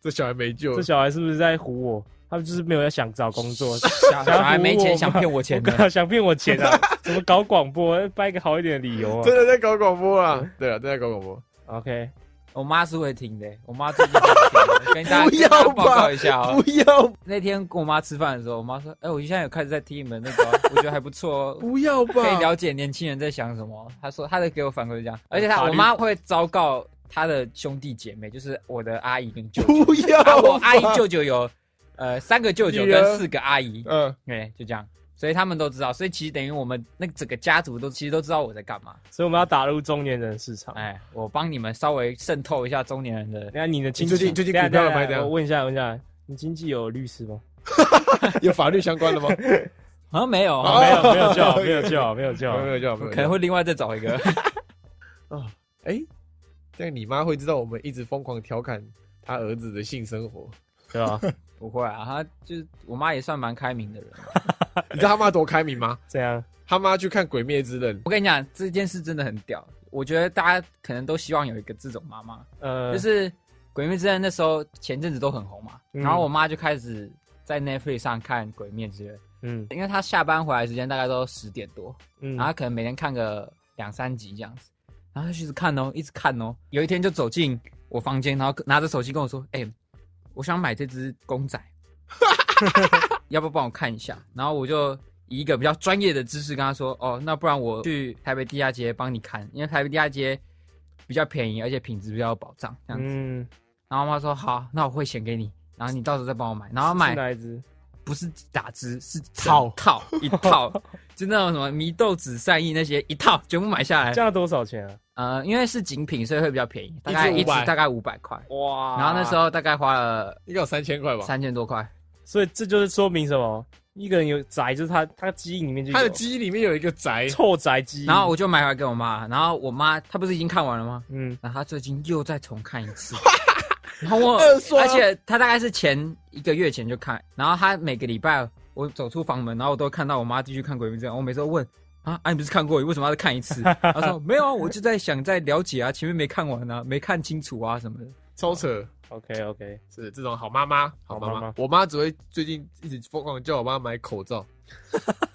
S1: 这小孩没救
S2: 这
S1: 了，
S2: 小孩是不是在唬我？他们就是没有在想找工作，
S3: 小小孩没钱想骗我钱的，
S2: 想骗我 钱啊？怎么搞广播？掰一个好一点的理由啊
S1: 真的在搞广播啊，对啊，真的在搞广 播，
S2: ？OK，
S3: 我妈是会听的，我妈最近会听的跟 大家
S1: 不要吧
S3: 跟大家报告一下哦。
S1: 不要
S3: 那天跟我妈吃饭的时候，我妈说：“哎，我现在有开始在听你们那 个哦，我觉得还不错哦。”
S1: 不要
S3: 可以
S1: 吧，
S3: 了解年轻人在想什么。她说她的给我反馈是这样，而且她
S1: 法
S3: 我
S1: 律
S3: 妈会昭告她的兄弟姐妹，就是我的阿姨跟舅舅。
S1: 不要吧
S3: 啊，我阿姨舅舅有呃三个舅舅
S1: 女儿
S3: 跟四个 阿姨，
S2: 呃
S1: 嗯，
S3: 对，就这样，所以他们都知道，所以其实等于我们那整个家族都其实都知道我在干嘛。
S2: 所以我们要打入中年人市场。
S3: 哎，我帮你们稍微渗透一下中年人的
S2: 那你的经济
S1: 你最近最近
S2: 等一下
S1: 股票有
S2: 等一下
S1: 买怎样
S2: 我问一下，问一下，你经济有律师吗？
S1: 有法律相关 的吗？
S3: 好啊像没有，
S1: 哦
S2: 没有，没有叫， 没有叫，没有
S1: 没
S2: 叫
S1: 有，没有就好，没有就好
S3: 可能会另外再找一个。
S1: 啊，哎、这样你妈会知道我们一直疯狂调侃她儿子的性生活，
S2: 对吧？
S3: 不会啊，她就是我妈也算蛮开明的人。
S1: 你知道他妈多开明吗？
S2: 这样
S1: 他妈去看《鬼灭之刃》，
S3: 我跟你讲，这件事真的很屌，我觉得大家可能都希望有一个这种妈妈，
S2: 呃，
S3: 就是《鬼灭之刃》那时候前阵子都很红嘛，
S2: 嗯
S3: 然后我妈就开始在 Netflix 上看《鬼灭之刃》。
S2: 嗯
S3: 因为她下班回来时间大概都十点多，
S2: 嗯
S1: 啊
S3: 然后她可能每天看个两三集这样子，然后她就一直看哦，一直看哦。有一天就走进我房间，然后拿着手机跟我说：“哎、我想买这只公 仔，要不要帮我看一下？”然后我就以一个比较专业的姿势跟她说：“哦，那不然我去台北地下街帮你看，因为台北地下街比较便宜，而且品质比较有保障。”这样子，
S2: 嗯，
S3: 然后我妈说：“好，那我汇钱给你，然后你到时候再帮我买。”然后买
S2: 是哪一只？
S3: 不是打汁，是整
S1: 套
S3: 套一套， 就那种什么祢豆子、善意那些一套全部买下来
S2: 这。样多少钱啊？
S3: 呃，因为是精品，所以会比较便宜，大概
S1: 一支
S3: 一支
S1: 500
S3: 大概五百块。
S2: 哇
S3: 然后那时候大概花了
S1: 应该有三千块吧？
S3: 三千多块，
S2: 所以这就是说明什么？一个人有宅，就是他他基因里面就有
S1: 他的基因里面有一个宅，
S2: 臭宅基因。
S3: 然后我就买回来给我妈，然后我妈她不是已经看完了吗？
S2: 嗯，
S3: 然后她最近又再重看一 次，然后我
S1: 二刷
S3: 而且她大概是前一个月前就看，然后她每个礼拜我走出房门，然后我都看到我妈继续看《鬼灭之刃》，我每次都问啊啊你不是看过，你为什么要再看一次？她说没有啊，我就在想在了解啊，前面没看完啊，没看清楚啊什么的。
S1: 超扯，
S2: OK OK，
S1: 是这种好妈妈，好妈
S2: 好
S1: 妈
S2: 妈妈。
S1: 我妈只会最近一直疯狂叫我妈买口罩，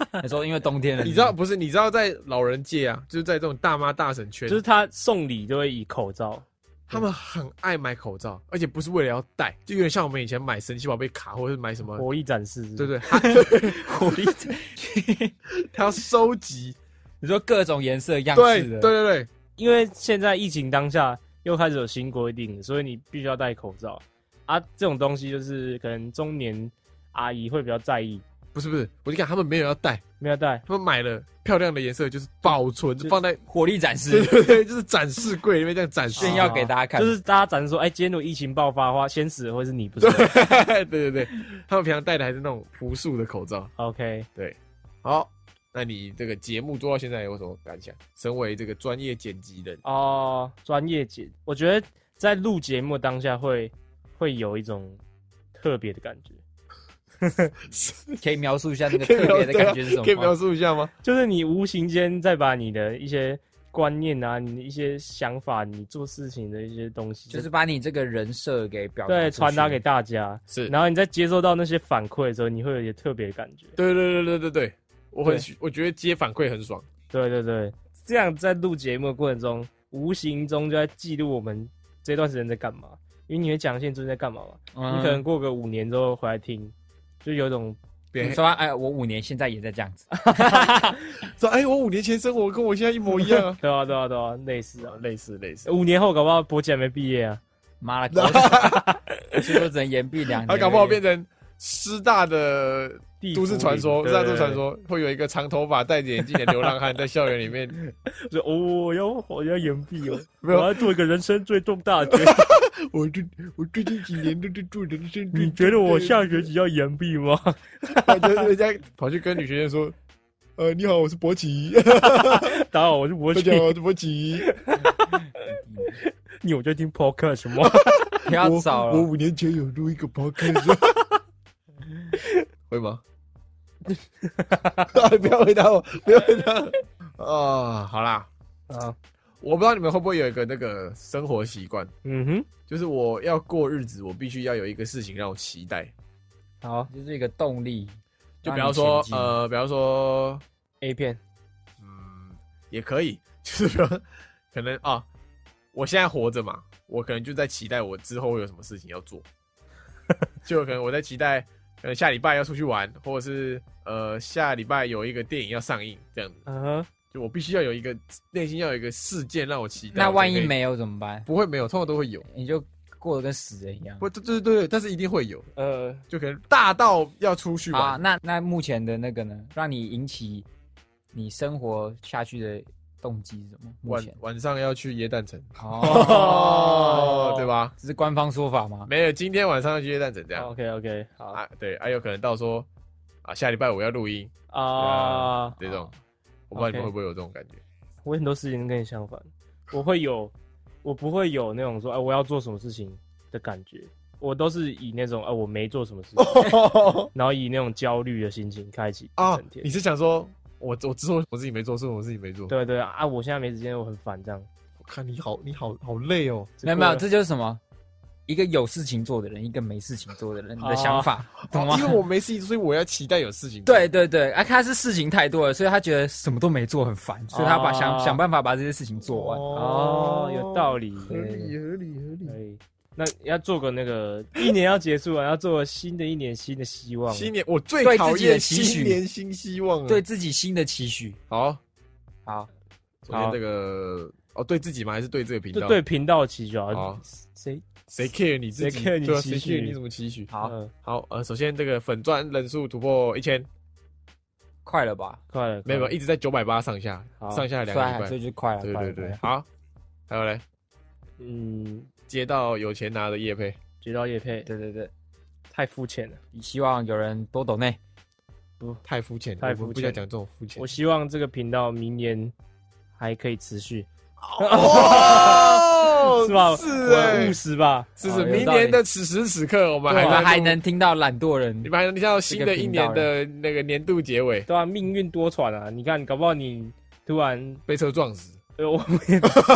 S3: 她说因为冬天 了，
S1: 你知道不是？你知道在老人界啊，就是在这种大妈大婶圈，
S2: 就是他送礼都会以口罩。
S1: 他们很爱买口罩，而且不是为了要戴，就有点像我们以前买神奇宝贝卡或者是买什么，
S2: 活力展示，
S1: 对
S2: 对，
S1: 对，他
S3: 火力，
S1: 他要收集，
S3: 你说各种颜色样
S1: 对
S3: 式的，
S1: 对对对，
S2: 因为现在疫情当下又开始有新规定，所以你必须要戴口罩啊。这种东西就是可能中年阿姨会比较在意，
S1: 不是不是，我就看他们没有要戴，
S2: 没有戴。
S1: 他们买了漂亮的颜色，就是保存
S2: 就
S1: 放在
S3: 火力展
S1: 对哦
S3: 示
S1: 对对，就是展示柜里面这样展示
S3: 炫。耀给大家看，
S2: 就是大家展示说，哎、今天如果疫情爆发的话，先死的会是你，不 是我？
S1: 对对对，他们平常戴的还是那种朴素的口罩。
S2: OK，
S1: 对，好，那你这个节目做到现在有什么感想？身为这个专业剪辑 人，
S2: 哦，专业节，我觉得在录节目当下会会有一种特别的感觉，
S3: 可以描述一下那个
S1: 可以
S3: 特
S1: 描
S3: 别的感觉是什
S1: 啊可以
S3: 么
S1: 描
S3: 吗？
S1: 述一下吗？
S2: 就是你无形间再把你的一些观念啊、你的一些想法、你做事情的一些东西，
S3: 就是把你这个人设给表达
S2: 对
S3: 出去
S2: 传达给大家。
S1: 是，
S2: 然后你在接收到那些反馈的时候，你会有一些特别的感觉。
S1: 对对对对对对，我很
S2: 对
S1: 喜我觉得接反馈很爽。
S2: 对对对，这样在录节目的过程中，无形中就在记录我们这段时间在干嘛，因为你会讲一些你最近在干嘛嘛。
S3: 嗯
S2: 你可能过个五年之后回来听，就有一种
S1: 别
S3: 你说哎，我五年现在也在这样 子，
S1: 说，哎，我五年前生活跟我现在一模一样啊
S2: ，对啊对啊对啊，类似啊。
S1: 类似类似。
S2: 五年后搞不好博姐还没毕业啊，
S3: 妈了，狗屎所以我只能延毕两年
S1: 他
S3: 而已。
S1: 搞不好变成师大的
S2: 地
S1: 都市
S2: 府
S1: 传
S2: 里
S1: 说，
S2: 对
S1: 师大
S2: 对
S1: 都市传
S2: 对
S1: 说会有一个长头发、戴着眼镜的流浪汉在校园里面，
S2: 就哦，我要我要言毕哦，我
S1: 没有
S2: 要做一个人生最重大 的决定。
S1: 我这我最近几年都在做人生，
S2: 你觉得我下学期要言毕吗？
S1: 然后就人家跑去跟女学生说：“呃，你好，我是博奇，
S2: 大家好，我是博
S1: 大
S2: 君
S1: 家，好，我是博奇。
S2: 你我就听 poker 什 么？
S3: 不要
S1: 我
S3: 找
S1: 我
S3: 了，
S1: 五年前有录一个 podcast，会 吗？啊不要回答我，不要回答我。啊，好啦，
S2: 啊，
S1: 我不知道你们会不会有一个那个生活习惯，
S2: 嗯哼，
S1: 就是我要过日子，我必须要有一个事情让我期待。
S2: 好
S3: 就是一个动力。
S1: 就比
S3: 让
S1: 方
S3: 你
S1: 说
S3: 前，进，
S1: 呃，比方说，
S2: ，A 片，
S1: 嗯，也可以， 就是说，可能啊，我现在活着嘛，我可能就在期待我之后会有什么事情要做， 就可能我在期待，可能下礼拜要出去玩，或者是呃下礼拜有一个电影要上映，这样子，
S2: 嗯哼，
S1: 就我必须要有一个内心要有一个事件让我期待。
S3: 那
S1: 我才
S3: 万一
S1: 可以，
S3: 没有怎么办？
S1: 不会没有，通常都会有，
S3: 你就过得跟死人一样。
S1: 不，对对对对，但是一定会有，
S2: 呃，
S1: 就可能大到要出去
S3: 啊，
S1: 玩，
S3: 那那目前的那个呢，让你引起你生活下去的动机是什么？目
S1: 晚
S3: 前
S1: 晚上要去耶诞城， 哦，
S3: 哦，
S1: 对吧？
S3: 这是官方说法吗？
S1: 没有，今天晚上要去夜蛋城这样
S2: OK OK，好
S1: 啊？对，还、有可能到说啊，下礼拜五要录音
S2: 啊，
S1: 这种
S3: 哦，
S1: 我不知道你们
S2: OK
S1: 会不会有这种感觉。
S2: 我很多事情跟你相反，我会有，我不会有那种说，哎、我要做什么事情的感觉，我都是以那种，哎、我没做什么事情，然后以那种焦虑的心情开启一
S1: 啊
S2: 整，天。
S1: 你是想说我我只做我自己没做，是我自己没做？，
S2: 对对啊，我现在没时间，我很烦这样。
S1: 我看你好，你好好累哦。
S3: 没有没有，
S2: 这
S3: 这就是什么？一个有事情做的人，一个没事情做的人，你
S2: 哦
S3: 的想法懂吗
S1: 啊哦？因为我没事，所以我要期待有事情。
S3: 对，对对，啊，他是事情太多了，所以他觉得什么都没做很烦，所以他把想
S2: 哦
S3: 想办法把这些事情做完。
S2: 哦，有道
S1: 理，
S2: 理，
S1: 合理合理合理。
S2: 可以。那要做个那个，一年要结束了，啊要做新的一年新的希望。啊
S1: 新年我最
S3: 对
S1: 讨
S3: 自己的
S1: 厌
S3: 期许
S1: 新年新希望了。
S3: 对，自己新的期许。
S2: 啊
S1: 好，
S3: 好，
S1: 昨天这个哦，对自己吗？还是对这个频
S2: 就
S1: 道？
S2: 对，频道期许
S1: 好
S2: 啊，谁
S1: 谁 care 你自己？
S2: 谁 care 你
S1: 对啊，
S2: 期
S1: 谁
S2: 许
S1: care 你怎么期许？
S3: 好，
S2: 呃
S1: 好，呃，首先这个粉钻人数突破一千，
S3: 快了吧？
S2: 快了，
S1: 没有没有，
S2: 快了
S1: 一直在九百八上下，
S2: 嗯好
S1: 上下两个
S3: 算，所
S1: 礼
S3: 以就快了。
S1: 拜。对
S3: 快
S1: 对
S3: 了
S1: 对
S3: 快，了
S1: 好，还有嘞，
S2: 嗯，
S1: 接到有钱拿的叶配，
S2: 接到叶配
S3: 对对对，
S2: 太肤浅了。
S3: 希望有人多懂内。
S1: 太肤浅了，
S2: 太
S1: 我
S2: 肤
S1: 们
S2: 浅
S1: 不要讲这种肤浅
S2: 我。希望这个频道明年还可以持续，
S1: 哦
S2: 哦是吧？
S1: 是
S2: 我
S1: 哎
S2: 务，实吧？
S1: 是
S3: 哦
S1: 是，
S3: 有
S1: 明
S3: 道
S1: 年
S3: 理
S1: 的此时此刻，我们
S2: 对
S1: 还
S2: 啊
S3: 我
S1: 在
S3: 们
S1: 录
S3: 还能，听到懒惰人
S1: 你，们还能听到新的一年
S2: 哎
S1: 的那个年度结尾
S2: 对啊，命运多舛啊！你看，搞不好你突然，
S1: 被车撞死，
S2: 呃，我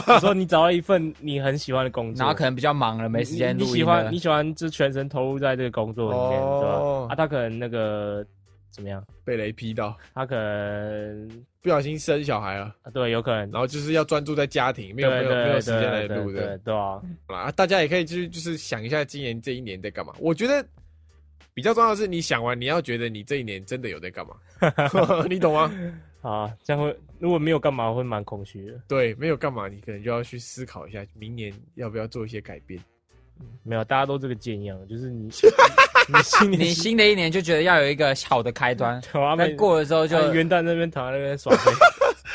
S2: 我说你找到一份你很喜欢的工作，
S3: 然后可能比较忙了，没时间
S2: 你
S3: 录
S2: 你
S3: 音
S2: 喜欢
S3: 了
S2: 你喜欢就全神投入在这个工作里面，对
S1: 哦
S2: 吧？啊，他可能那个怎么样？
S1: 被雷劈到，
S2: 他可能
S1: 不小心生小孩了，
S2: 啊对，有可能
S1: 然后就是要专注在家庭，没
S2: 对
S1: 有没
S2: 对
S1: 有没有
S2: 对
S1: 时间来
S2: 对
S1: 录
S2: 对
S1: 的
S2: 对。对啊！
S1: 啊，大家也可以就是就是想一下今年这一年在干嘛。我觉得比较重要的是，你想完你要觉得你这一年真的有在干 嘛，你懂吗？
S2: 啊，这样会如果没有干嘛会蛮空虚的。
S1: 对，没有干嘛，你可能就要去思考一下，明年要不要做一些改变。
S2: 没有，大家都这个贱样，就 是你你心里啊
S3: 你新的一年就觉得要有一个好的开端，
S2: 他
S3: 那
S2: 们
S3: 过了之后
S2: 就
S3: 就
S2: 元旦那边躺在那边耍飞，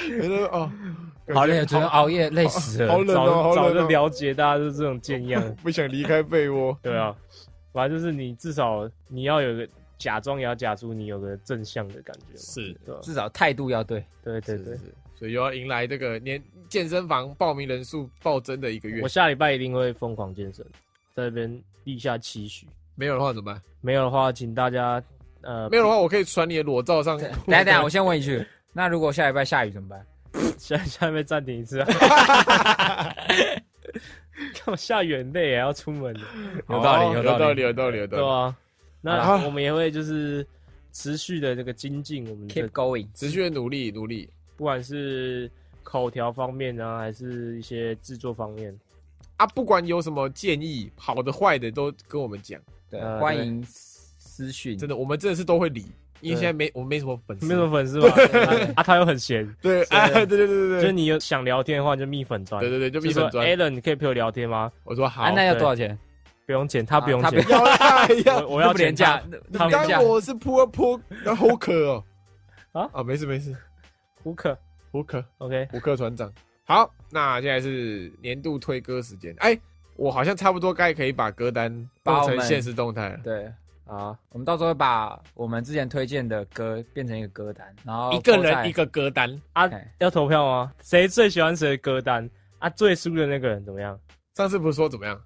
S1: 觉得哦，感觉
S3: 好累，昨天熬夜累 死
S1: 好
S3: 了。
S1: 冷哦，
S2: 早
S1: 好
S2: 早
S1: 冷
S2: 就
S1: 哦，
S2: 了解大家都是这种 贱样，
S1: 不想离开被窝。
S2: 对啊，反正就是你至少你要有个假装也要假出你有个正向的感觉嘛，
S1: 是
S2: 对吧啊
S3: 至少态度要对，
S2: 对对
S1: 是
S2: 对
S1: 是，是所以又要迎来这个年健身房报名人数暴增的一个月
S2: 我。下礼拜一定会疯狂健身，在这边立下期许，
S1: 没有的话怎么办？
S2: 没有的话请大家呃
S1: 没有的话，我可以传你的裸照上。
S3: 等一 下等一下，我先问一句，那如果下礼拜下雨怎么办？
S2: 下下面暂停一次啊。 看我下雨很累，也要出门，啊
S1: 好
S3: 有道理
S1: 哦有
S3: 有道理
S1: 道理，有道理，有道
S2: 对
S1: 理。
S2: 啊，
S1: 好
S2: 那
S1: 啦
S2: 我们也会就是持续的这个精进我们的
S3: Keep，going，
S1: 持续的努力，努力。
S2: 不管是口条方面啊，还是一些制作方面，
S1: 啊，不管有什么建议，好的坏的都跟我们讲，
S3: 对，
S2: 呃
S3: 欢迎私讯，
S1: 真
S3: 的
S1: 的，我们真的是都会理，因为现
S2: 对
S1: 在没我们没什么粉丝，
S2: 没什么粉丝吧？啊啊，他又很闲，
S1: 对，
S2: 对
S1: 哎，对对对对
S2: 就是
S1: 对，
S2: 你有想聊天的话，你就蜜粉砖，
S1: 对对对，就
S2: 就
S1: 蜜
S2: 说哎
S1: 粉砖，
S2: Alan，你可以陪我聊天吗？
S1: 我说好
S3: 啊，，那要多少钱？
S2: 不用剪，他不用
S3: 啊他
S2: 剪，
S3: 不
S1: 要啦要，
S2: 我我要
S3: 这不廉
S2: 剪他
S3: 价，
S1: 你
S2: 他
S3: 们家
S1: 当我是 poor poor 然后胡可哦，
S2: 啊
S1: 啊，没事没事，
S2: 胡可
S1: 胡可
S2: ，OK，
S1: 胡克船长，好，那现在是年度推歌时间，哎，我好像差不多该可以把歌单
S3: 把
S1: 弄
S3: 我
S1: 成
S3: 们
S1: 现实动态了，
S3: 对，啊
S2: 好，
S3: 我们到时候会把我们之前推荐的歌变成一个歌单，然后
S4: 一个
S3: po 在
S4: 人一个歌单，
S2: 啊
S3: 哎，
S2: 要投票吗？谁最喜欢谁的歌单？啊，最输的那个人怎么样？
S1: 上次不是说怎么 样？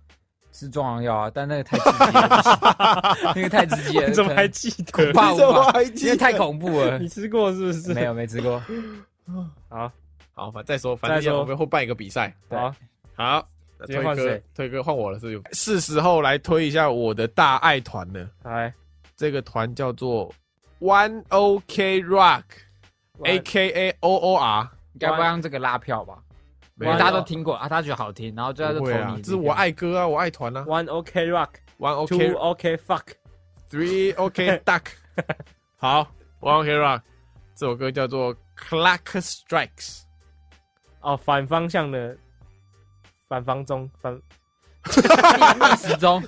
S3: 是壮阳药啊，但那个太直接了， 那个太直 接了，
S2: 怎么还
S3: 可
S2: 记得？
S3: 怕无
S1: 你怎么
S3: 法
S1: 还
S3: 能
S1: 记
S3: 因
S1: 得
S3: 为太恐怖了
S2: 你。吃过是不是？
S3: 没有没吃 过，
S2: 好，
S1: 好，反再说，反正
S2: 再说
S1: 我们后办一个比赛。
S3: 对
S2: 好，
S1: 好，那
S2: 今
S1: 推
S2: 天换
S1: 哥
S2: 谁，
S1: 推哥换我了，是不是？是时候来推一下我的大爱团了。
S2: 来
S1: 这个团叫做 One OK Rock，A K A O O R。
S3: 该不会让这个拉票吧？
S1: 没
S3: 因
S1: 有
S3: 为大家都听过啊，大家觉得好听，然后就在这
S1: 不
S3: 投
S1: 会啊，
S3: 你。
S1: 这是我，爱歌啊，我爱团啊。
S2: One OK Rock，Two
S1: One OK
S2: OK Fuck，
S1: Three OK Duck，好，One OK Rock，这首歌叫做 Clock Strikes。
S2: 哦，反方向的反方中 反
S3: 逆时钟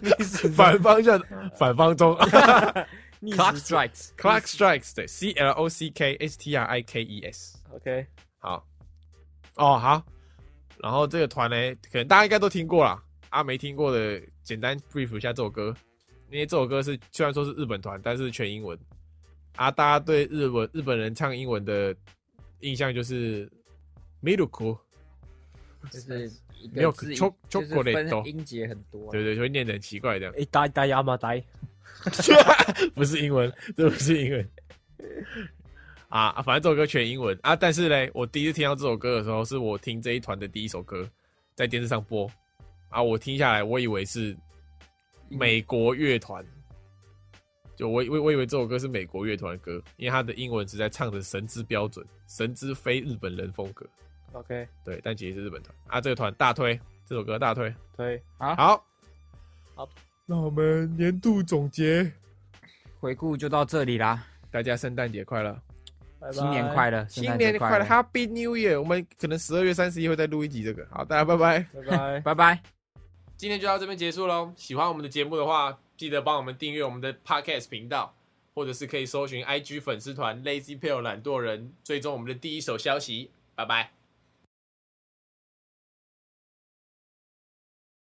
S1: 反方 向，反方中。
S2: 逆
S3: ，Clock
S2: 时
S3: Strikes，
S1: Clock Strikes，对，C L O C K H T R I K E S。
S2: OK，
S1: 好，哦好，然后这个团呢，可能大家应该都听过啦，啊没听过的，简单 brief 一下这首歌，因为这首歌是虽然说是日本团，但是全英文，啊大家对日文日本人唱英文的印象就是 milk，
S3: 就是一
S1: 没有
S3: 个字
S1: choc-
S3: 就是分
S1: chocolate
S3: 音节很多啊，
S1: 对对，就会念得很奇怪这样，
S2: 一呆呆阿妈呆，
S1: 不是英文，这不是英文。啊，啊反正这首歌全英文啊，但是嘞，我第一次听到这首歌的时候，是我听这一团的第一首歌，在电视上播啊，我听下来，我以为是美国乐团，就我以我我以为这首歌是美国乐团的歌，因为它的英文实在唱的神之标准，神之非日本人风格，
S2: OK，
S1: 对，但其实是日本团啊，这个团大推这首歌大推，
S2: 对，
S1: 好，
S2: 好，
S1: 那我们年度总结，
S3: 回顾就到这里啦，
S1: 大家圣诞节快乐。
S2: 拜拜
S3: 新年快乐，圣
S1: 新
S3: 诞节
S1: 年快
S3: 快
S1: 乐，Happy New Year！我们可能十二月三十一会再录一集这个。好，大家拜拜。
S2: 拜拜。
S3: 拜拜。
S1: 今天就到这边结束喽。喜欢我们的节目的话，记得帮我们订阅我们的 Podcast 频道，或者是可以搜寻 IG 粉丝团 Lazy p a l e 懒惰人，追踪我们的第一手消息。拜拜。